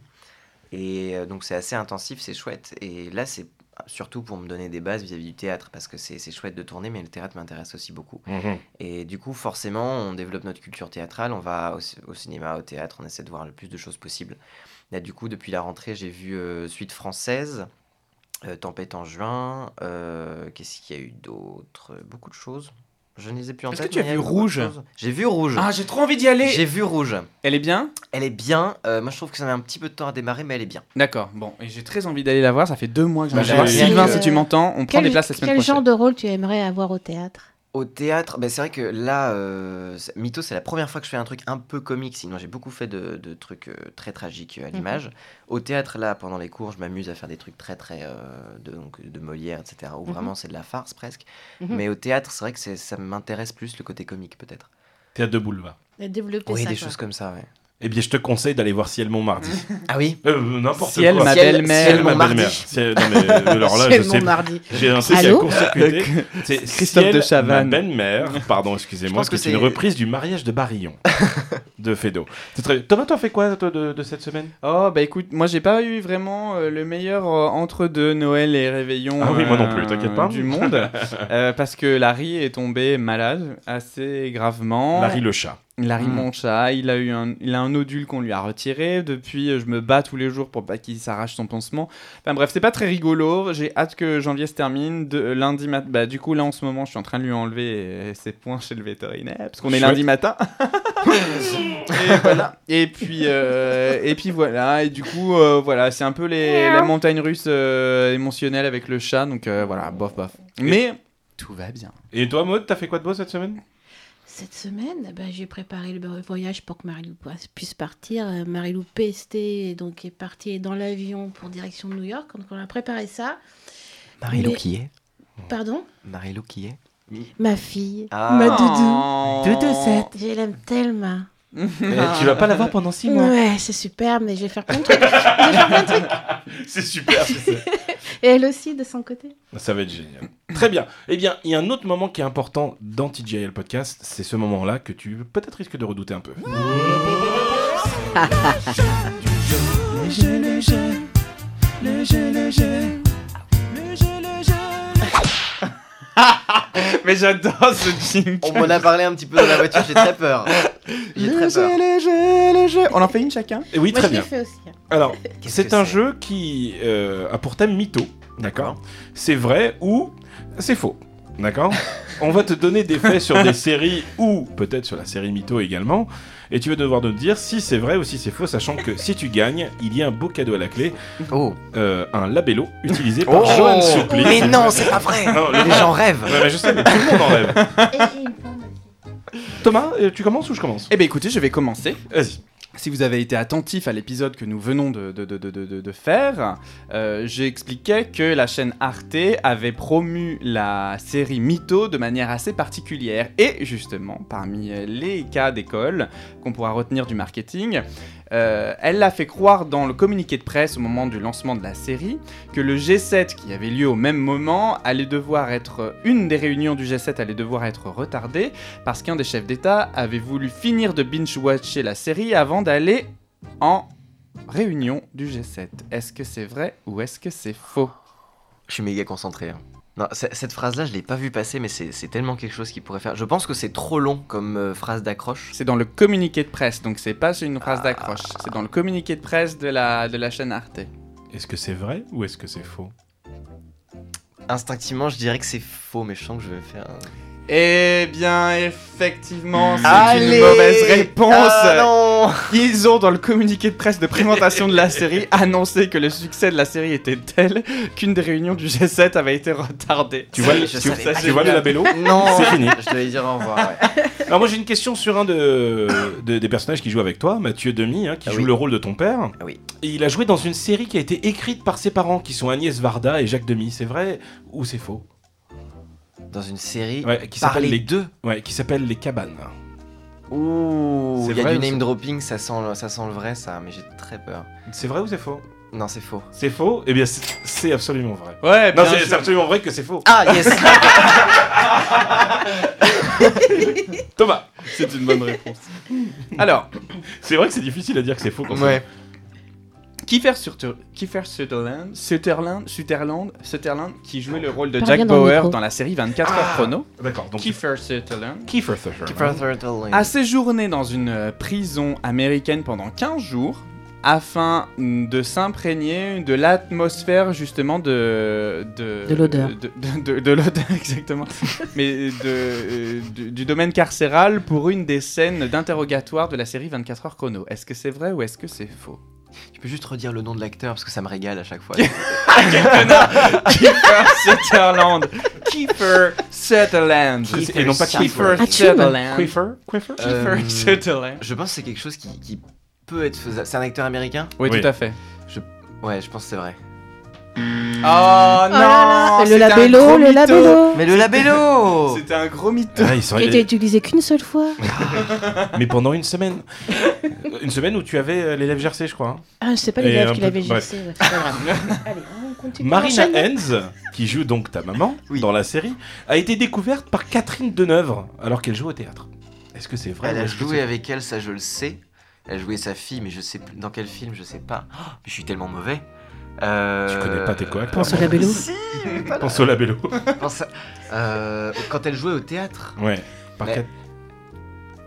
A: Et euh, donc, c'est assez intensif, c'est chouette. Et là, c'est surtout pour me donner des bases vis-à-vis du théâtre, parce que c'est c'est chouette de tourner, mais le théâtre m'intéresse aussi beaucoup.
C: Mhm.
A: Et du coup, forcément, on développe notre culture théâtrale, on va au, ci- au cinéma, au théâtre, on essaie de voir le plus de choses possible. Là, du coup, depuis la rentrée, j'ai vu euh, Suite française, euh, Tempête en juin, euh, qu'est-ce qu'il y a eu d'autre Beaucoup de choses. Je ne les ai plus en
B: Est-ce
A: tête.
B: que tu as
A: mais il y
B: vu
A: a eu beaucoup de
B: Rouge
A: choses. J'ai vu Rouge.
B: Ah, j'ai trop envie d'y aller.
A: J'ai vu Rouge.
B: Elle est bien
A: Elle est bien. euh, moi, je trouve que ça met un petit peu de temps à démarrer, mais elle est bien.
B: D'accord. Bon, et j'ai très envie d'aller la voir. Ça fait deux mois que je
C: Bah,
B: vais la voir.
C: j'ai-
B: Sylvain,
D: j'ai-
B: si tu m'entends, on prend
D: Quel,
B: des places la semaine
D: quel
B: prochaine.
D: genre de rôle tu aimerais avoir au théâtre
A: Au théâtre, bah, c'est vrai que là, euh, c'est- Mytho, c'est la première fois que je fais un truc un peu comique, sinon j'ai beaucoup fait de, de trucs euh, très tragiques
D: Mhm.
A: euh, à l'image. Au théâtre, là, pendant les cours, je m'amuse à faire des trucs très, très. euh, de, donc, de Molière, etc., où
D: Mhm.
A: vraiment c'est de la farce presque.
D: Mhm.
A: Mais au théâtre, c'est vrai que c'est- ça m'intéresse plus le côté comique, peut-être.
C: Théâtre de boulevard.
D: Développer
A: Oui,
D: ça.
A: des choses comme ça, ouais.
C: Eh bien, je te conseille d'aller voir Ciel Mont mardi.
A: Ah oui
C: Euh, N'importe
B: Mhm. Ciel,
C: quoi.
B: ma
A: Ciel-
B: belle-mère.
A: Ciel, mon
C: belle-mère.
A: mardi.
C: Ciel- non, mais, euh, alors là, je sais.
D: mardi.
C: J'ai un truc à
D: Allô
C: consécuter. C'est
B: Euh, Christophe
C: Ciel, Ben.
B: de Chavannes.
C: Ma belle-mère, pardon,
A: Je
C: excusez-moi,
A: pense que
C: c'est une
A: c'est-
C: reprise du mariage de Barillon. de Fedo. C'est très bien. Thomas, t'en fais quoi toi, de, de cette semaine
B: Oh bah écoute, moi j'ai pas eu vraiment euh, le meilleur euh, entre deux Noël et Réveillon euh,
C: Ah oui, moi non plus, t'inquiète
B: du
C: pas.
B: monde Euh, parce que Larry est tombé malade assez gravement.
C: Larry le chat.
B: Larry
A: Mm.
B: mon chat, il a eu un, il a un nodule qu'on lui a retiré. Depuis, euh, je me bats tous les jours pour pas qu'il s'arrache son pansement. Enfin bref, c'est pas très rigolo. J'ai hâte que janvier se termine. De, euh, lundi matin, bah du coup là en ce moment, je suis en train de lui enlever euh, ses points chez le vétérinaire parce qu'on est
C: Chouette.
B: lundi matin. et voilà. Et puis euh, et puis voilà. Et du coup euh, voilà, c'est un peu les, la montagne russe euh, émotionnelle avec le chat. Donc euh, voilà, bof bof. Mais tout va bien.
C: Et toi, Maud, t'as fait quoi de beau cette semaine
D: Cette semaine, bah, j'ai préparé le voyage pour que Marie-Lou puisse- puisse partir. Euh, Marie-Lou PST est donc est partie dans l'avion pour direction de New York. Quand on a préparé ça,
A: Marie-Lou
D: Mais-
A: qui est
D: pardon,
A: Marie-Lou qui est
D: ma fille,
A: Ah.
D: ma doudou,
B: Doudou
D: je l'aime tellement.
C: Eh, Tu vas pas l'avoir pendant 6 mois.
D: Ouais, c'est super, mais je vais faire plein de trucs. je vais faire plein de trucs.
C: C'est super, c'est ça.
D: Et elle aussi, de son côté.
C: Ça va être génial. Très bien. Eh bien, il y a un autre moment qui est important dans TGIL Podcast. C'est ce moment-là que tu peut-être risques de redouter un peu.
B: Mais j'adore ce jingle.
A: On m'en a parlé un petit peu dans la voiture, j'ai très peur. J'ai très peur.
B: léger, léger. On en fait une chacun
C: Et oui,
D: Moi,
C: très
D: je l'ai
C: bien.
D: fait aussi. hein.
C: Alors,
A: Qu'est-ce que
C: c'est un jeu qui euh, a pour thème mytho. D'accord C'est vrai ou c'est faux. D'accord On va te donner des faits sur des séries ou peut-être sur la série mytho également. Et tu vas devoir nous dire si c'est vrai ou si c'est faux, sachant que si tu gagnes, il y a un beau cadeau à la clé,
A: Oh.
C: euh, un labello utilisé par
A: Oh.
C: Johan Supli.
A: Mais non, c'est pas vrai.
C: Non, le-
A: Les gens rêvent.
C: Ouais, mais je sais, mais tout le monde en rêve.
D: Et, et une pomme aussi.
C: Thomas, euh, tu commences ou je commence
B: Eh bien écoutez, je vais commencer.
C: Vas-y.
B: Si vous avez été attentif à l'épisode que nous venons de, de, de, de, de, de faire, euh, j'expliquais que la chaîne Arte avait promu la série Mytho de manière assez particulière. Et justement, parmi les cas d'école qu'on pourra retenir du marketing, euh, elle l'a fait croire dans le communiqué de presse au moment du lancement de la série que le G7 qui avait lieu au même moment allait devoir être une des réunions du G7 allait devoir être retardée parce qu'un des chefs d'État avait voulu finir de binge-watcher la série avant d'aller en réunion du G7. Est-ce que c'est vrai ou est-ce que c'est faux
A: Je suis méga concentré. hein. Non, c- cette phrase-là, je l'ai pas vue passer, mais c'est c'est tellement quelque chose qu'il pourrait faire. Je pense que c'est trop long comme euh, phrase d'accroche.
B: C'est dans le communiqué de presse, donc c'est pas une phrase d'accroche. C'est dans le communiqué de presse de la, de la chaîne Arte.
C: Est-ce que c'est vrai ou est-ce que c'est faux
A: Instinctivement, je dirais que c'est faux, mais je sens que je vais faire. un-
B: Eh bien, effectivement, c'est
A: Allez
B: une mauvaise réponse.
A: Ah non
B: Ils ont, dans le communiqué de presse de présentation de la série, annoncé que le succès de la série était tel qu'une des réunions du G7 avait été retardée.
C: Tu vois,
A: Je
C: le-
A: savais
C: tu-
A: pas
C: tu
A: qu'il
C: vois
A: y
C: le
A: avait-
C: labello
A: Non,
C: C'est fini.
A: Je devais dire au revoir. ouais.
C: Alors moi j'ai une question sur un de, de- des personnages qui joue avec toi, Mathieu Demi, hein, qui
A: Ah
C: joue
A: oui.
C: le rôle de ton père.
A: Ah oui.
C: Et il a joué dans une série qui a été écrite par ses parents, qui sont Agnès Varda et Jacques Demi. C'est vrai ou c'est faux
A: Dans une série
C: Ouais, qui
A: par
C: s'appelle
A: les
C: les...
A: deux.
C: ouais, qui s'appelle Les Cabanes.
A: Ouh,
C: C'est
A: il y a
C: vrai
A: du
C: ou
A: name
C: c'est-
A: dropping, ça sent, le- ça sent le vrai, ça, mais j'ai très peur.
C: C'est vrai ou c'est faux
A: Non, c'est faux.
C: C'est faux Eh bien c'est c'est absolument vrai.
B: Ouais,
C: Non,
B: bien
C: c'est
B: sûr.
C: c'est absolument vrai que c'est faux.
A: Ah, yes
C: Thomas,
B: C'est une bonne réponse. Alors,
C: c'est vrai que c'est difficile à dire que c'est faux quand
A: Ouais.
B: Kiefer, Surtu- Kiefer Sutherland, Sutherland, Sutherland, Sutherland, qui jouait le rôle de
D: Parle
B: Jack
D: bien dans le
B: Bauer
D: micro.
B: dans la série 24 heures chrono.
C: c'est- D'accord, donc...
B: Kiefer Sutherland
C: Kiefer Sutherland.
A: Keep her third lane.
B: a séjourné dans une euh, prison américaine pendant 15 jours afin de s'imprégner de l'atmosphère justement de de,
D: De l'odeur.
B: de, de- de- de l'odeur exactement mais de, euh, du, du domaine carcéral pour une des scènes d'interrogatoire de la série 24 heures chrono est-ce que c'est vrai ou est-ce que c'est faux
A: Tu peux juste redire le nom de l'acteur parce que ça me régale à chaque fois.
B: Kiefer Sutherland. Kiefer Sutherland.
C: Kiefer Et non pas
B: Kiefer
C: Kiefer.
B: Sutherland. Kiefer
C: Kiefer Kiefer
A: Euh,
B: Sutherland.
A: Je pense que c'est quelque chose qui, qui peut être faisable. C'est un acteur américain
B: Oui,
C: Oui.
B: tout à fait.
A: Ouais, je pense que c'est vrai.
B: Oh non
D: Oh là là,
B: c'est
D: le
B: un
D: labello,
B: gros
D: le
B: mytho.
D: labello.
A: Mais le labello
B: C'était un gros mytho.
C: Ah, ils sont-
D: Qui a été utilisé qu'une seule fois.
C: Mais pendant une semaine. une semaine où tu avais euh, l'élève Jersey, je crois. hein.
D: Ah, je sais pas les
C: Et
D: lèvres
C: un
D: qu'il
C: peu-
D: avait
C: bref.
D: gissé. ouais, c'est pas grave. Allez, on continue.
C: Marina
D: Enchaîne.
C: Hens, qui joue donc ta maman
A: Oui.
C: dans la série, a été découverte par Catherine Deneuve alors qu'elle joue au théâtre. Est-ce que c'est vrai
A: Elle
C: ou
A: a
C: est-ce que
A: joué
C: c'est-
A: avec elle, ça je le sais. Elle jouait sa fille, mais je sais plus dans quel film, je sais pas. Oh, mais je suis tellement mauvais. Euh...
C: Tu connais pas tes coacteurs.
D: Pense au labello.
A: Si, mais pas
C: Pense au labello.
A: pense à- euh, quand elle jouait au théâtre,
C: Ouais. Par
A: Mais-
C: quatre-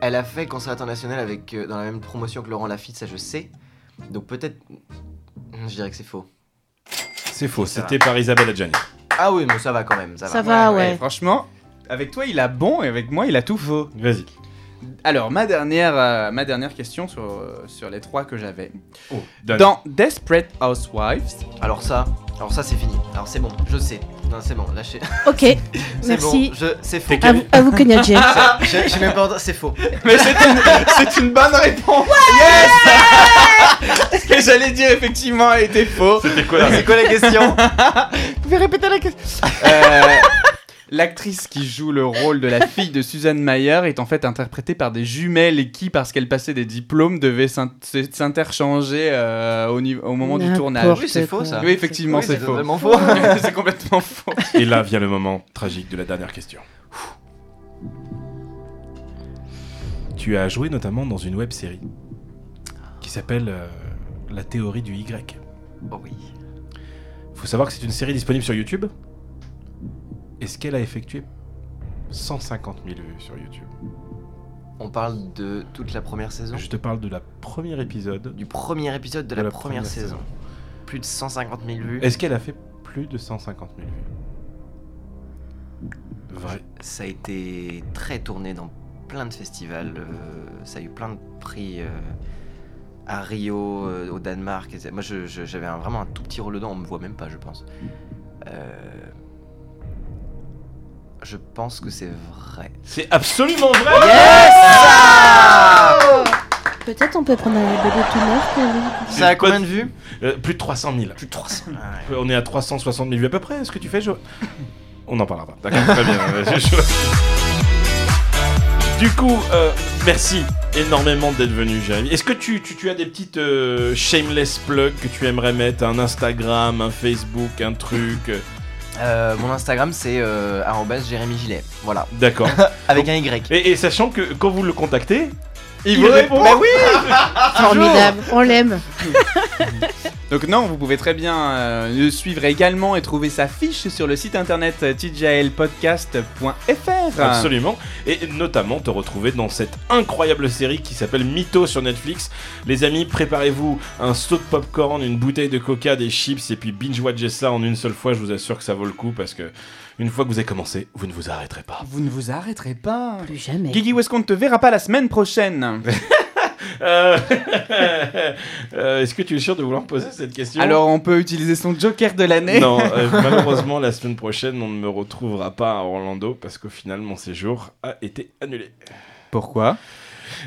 A: elle a fait concert international avec euh, dans la même promotion que Laurent Lafitte, ça je sais. Donc peut-être, je dirais que c'est faux.
C: C'est faux,
A: Ça va.
C: c'était par Isabelle Adjani.
A: Ah oui, mais ça va quand même, ça,
D: Ça va, ouais.
B: Franchement, avec toi, il a bon et avec moi, il a tout faux.
C: Vas-y.
B: Alors, ma dernière, euh, ma dernière question sur, euh, sur les trois que j'avais.
C: Oh, donne.
B: Dans Desperate Housewives,
A: Alors ça, alors ça c'est fini. Alors c'est bon, je sais. Non, c'est bon, lâchez.
D: Ok,
A: C'est
D: merci.
A: bon, je, c'est faux.
C: T'es
A: Ah,
D: À
C: calé.
D: vous, à vous, Kenya J.
A: C'est- J'ai j'ai même pas entendu- c'est faux.
B: Mais c'est une, c'est une bonne réponse. yes Ce que j'allais dire effectivement a été faux.
C: C'était quoi la
A: C'est quoi la question
B: Vous pouvez répéter la question. Euh, L'actrice qui joue le rôle de la fille de Suzanne Mayer est en fait interprétée par des jumelles et qui, parce qu'elles passaient des diplômes, devaient s'in- s'in- s'interchanger euh, au, niveau- au moment du
D: N'importe
B: tournage.
A: Oui, c'est faux, ça.
D: quoi.
B: Oui, effectivement,
A: Oui,
B: c'est
A: c'est
B: faux.
A: totalement faux.
B: c'est complètement faux.
C: Et là vient le moment tragique de la dernière question. Tu as joué notamment dans une web série qui s'appelle euh, La théorie du Y.
A: Oh oui.
C: Faut savoir que c'est une série disponible sur YouTube. Et ce qu'elle a effectué 150 000 vues sur YouTube.
A: On parle de toute la première saison
C: Je te parle de la première épisode.
A: Du premier épisode de, la, première, saison. Plus de 150 000 vues.
C: Est-ce qu'elle a fait plus de 150 000 vues Vrai.
A: Ça a été très tourné dans plein de festivals. euh, ça a eu plein de prix euh, à Rio, euh, au Danemark. et ça- Moi, je- je- j'avais un- vraiment un tout petit rôle dedans. On me voit même pas, je pense. Euh, Je pense que c'est vrai.
C: C'est absolument vrai
D: Peut-être on peut prendre un labello tout neuf, Kenya.
A: Ça a combien de vues
C: Euh, Plus de 300 000.
A: Plus de 300.
C: Euh, On est à 360 000 vues à peu près. Est-ce que tu fais Jo- On en parlera pas. D'accord, très bien. Euh, je- je- Du coup, euh, merci énormément d'être venu, Jérémy. Est-ce que tu, tu, tu as des petites euh, shameless plugs que tu aimerais mettre Un Instagram, un Facebook, un truc euh,
A: Euh, mon Instagram, c'est euh, arobase Jérémy Gillet. Voilà.
C: D'accord.
A: Avec un Y.
C: Et, et sachant que quand vous le contactez,
B: Il vous répond.
C: Bah oui
D: Formidable, on l'aime.
B: Donc non, vous pouvez très bien euh, le suivre également et trouver sa fiche sur le site internet euh, tjlpodcast.fr.
C: Absolument. Et notamment te retrouver dans cette incroyable série qui s'appelle Mytho sur Netflix. Les amis, préparez-vous un seau de popcorn, une bouteille de coca, des chips et puis binge-watchez ça en une seule fois. Je vous assure que ça vaut le coup parce que une fois que vous avez commencé, vous ne vous arrêterez pas.
B: Vous ne vous arrêterez pas.
D: Plus jamais.
B: Guigui, où est-ce qu'on ne te verra pas la semaine prochaine
C: Euh, euh, Est-ce que tu es sûr de vouloir poser cette question
B: Alors on peut utiliser son joker de l'année.
C: Non, euh, malheureusement, la semaine prochaine, on ne me retrouvera pas à Orlando parce qu'au final, mon séjour a été annulé.
B: Pourquoi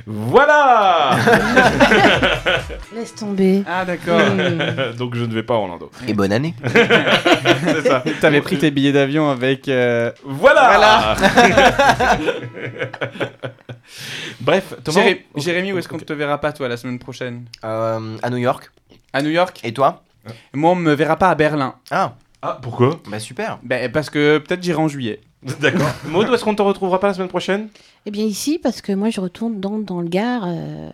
C: Voilà
D: Laisse tomber.
B: Ah d'accord.
D: Hmm.
C: Donc, je ne vais pas à Orlando.
A: Et bonne année.
C: C'est ça.
B: T'avais pris tes billets d'avion avec... euh,
C: Voilà, Bref, Thomas.
B: Jéré-
C: Ok.
B: Jérémy, où est-ce qu'on ne
C: Ok.
B: te verra pas toi la semaine prochaine
A: Euh, à New York.
B: À New York
A: Et toi
B: Moi on me verra pas à Berlin.
A: Ah,
C: Ah, pourquoi
A: bah super.
B: Ben, parce que peut-être j'irai en juillet.
C: D'accord. Maud, où est-ce qu'on te retrouvera pas la semaine prochaine
D: Eh bien ici, parce que moi je retourne dans, dans le Gard, euh,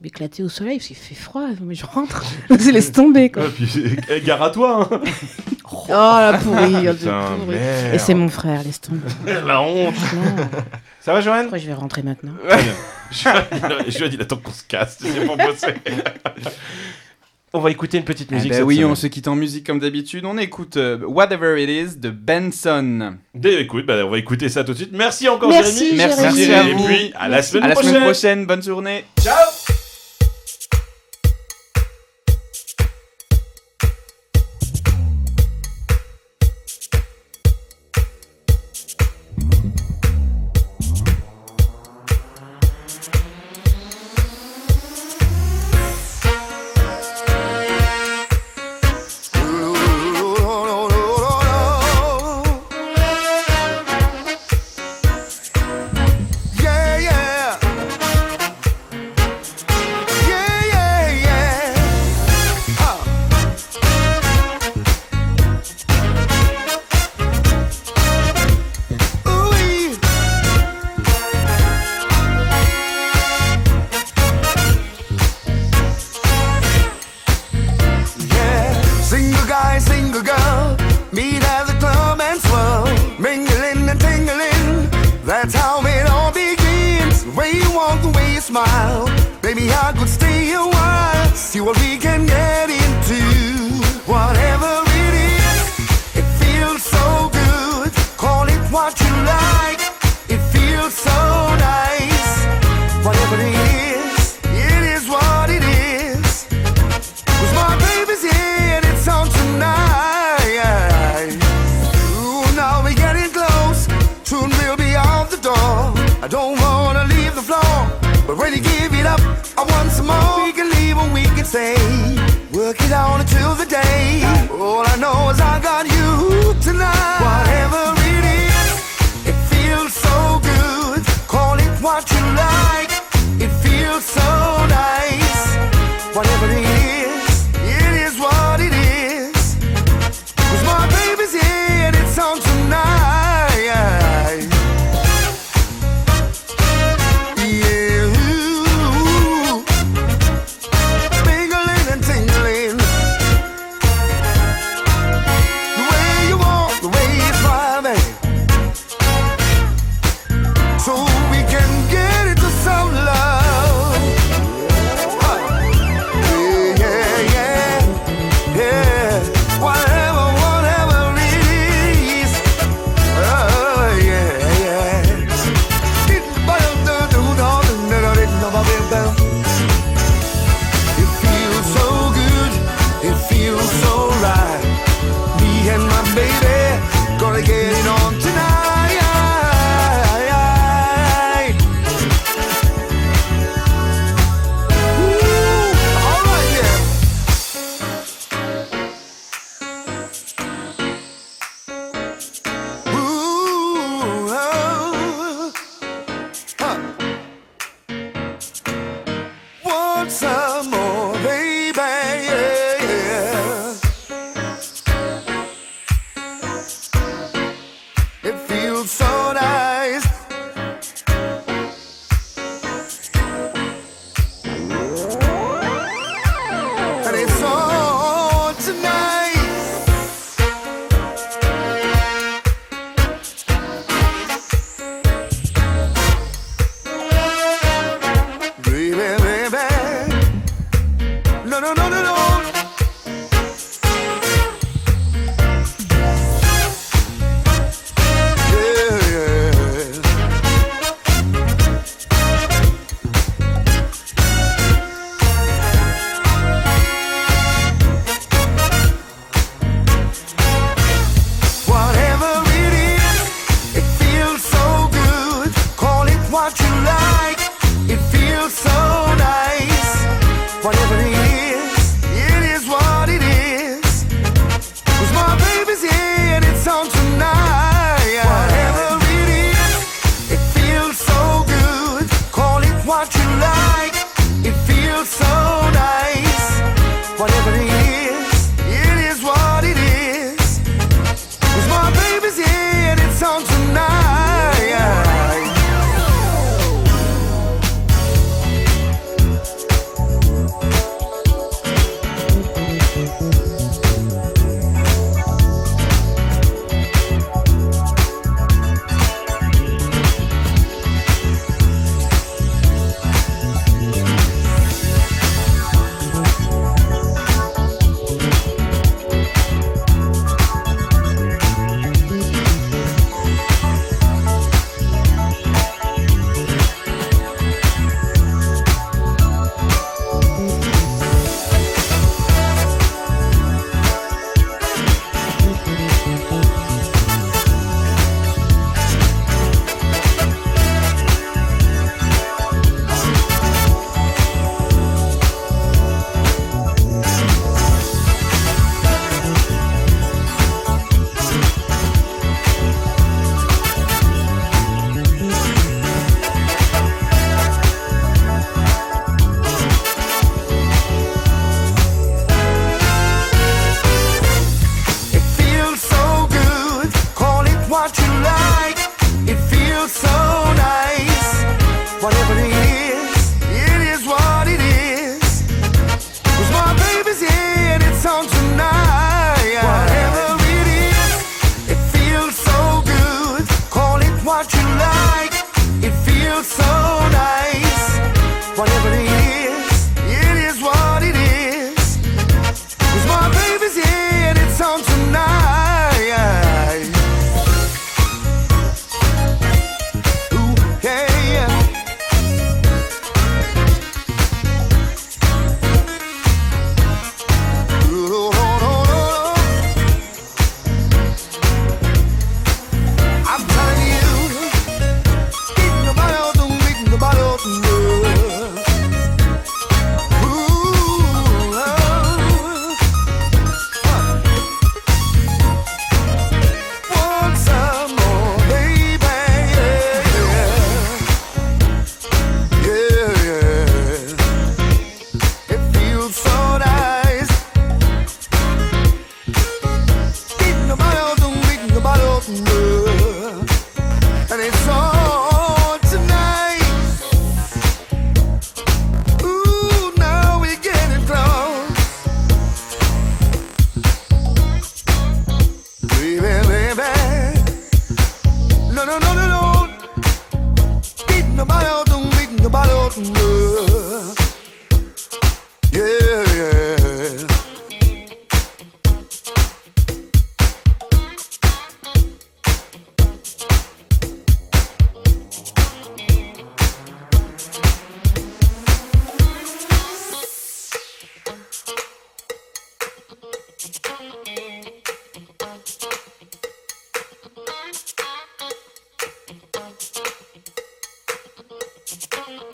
D: m'éclater au soleil, parce qu'il fait froid, mais je rentre. Je laisse tomber
C: Euh.
D: quoi.
C: Ah, Gare à toi hein.
D: Oh la pourrie, oh,
C: Putain,
D: la pourrie.
C: merde.
D: Et c'est mon frère, laisse tomber.
C: La honte
D: Franchement,
C: Ça va, Joanne
D: Pourquoi je vais rentrer maintenant
C: Très bien. Joanne, Joanne, il attend qu'on se casse, c'est pour bosser. On va écouter une petite musique.
B: Ah ben
C: cette
B: oui, on
C: semaine.
B: se quitte en musique comme d'habitude. On écoute euh, Whatever It Is de Benson.
C: Dès- écoute, bah, on va écouter ça tout de suite. Merci encore,
D: Merci,
C: Jérémy.
B: Merci,
D: Jérémy.
B: Jérémy. Jérémy.
C: Et puis, à la semaine
B: À la
C: prochaine.
B: semaine prochaine, bonne journée.
E: Yeah, yeah.
A: single girl. Meet at the club and swirl. Mingling and tingling. That's how it all begins. The way you walk, the way you smile. Baby, I could stay a while. See what we can get into. Whatever it is, it feels so good. Call it what you like. It feels so nice. Whatever it is, it is what it is. Cause my baby's here and it's on tonight. Soon I'll be getting close. Soon we'll be out the door. I don't wanna leave the floor, but when you give it up, I want some more. We can leave and we can stay. Work it out until the day. All I know is I got you tonight. Whatever it is, it feels so good. Call it what you like. It feels so nice. Whatever it is, it is what it is. Cause my baby's here and it's on tonight. Yeah. Mingling and tingling. The way you walk, the way you smile, baby so we can get into some love. Yeah, yeah, yeah, yeah. Whatever, whatever it is. Oh, yeah, yeah. It feels so good. It feels so right. Me and my baby gonna get it on tonight. Ooh, all right, yeah. Ooh, oh. Huh. Want some more, baby? Yeah, yeah. It feels so nice. And it's on tonight. oh.
F: Thank you.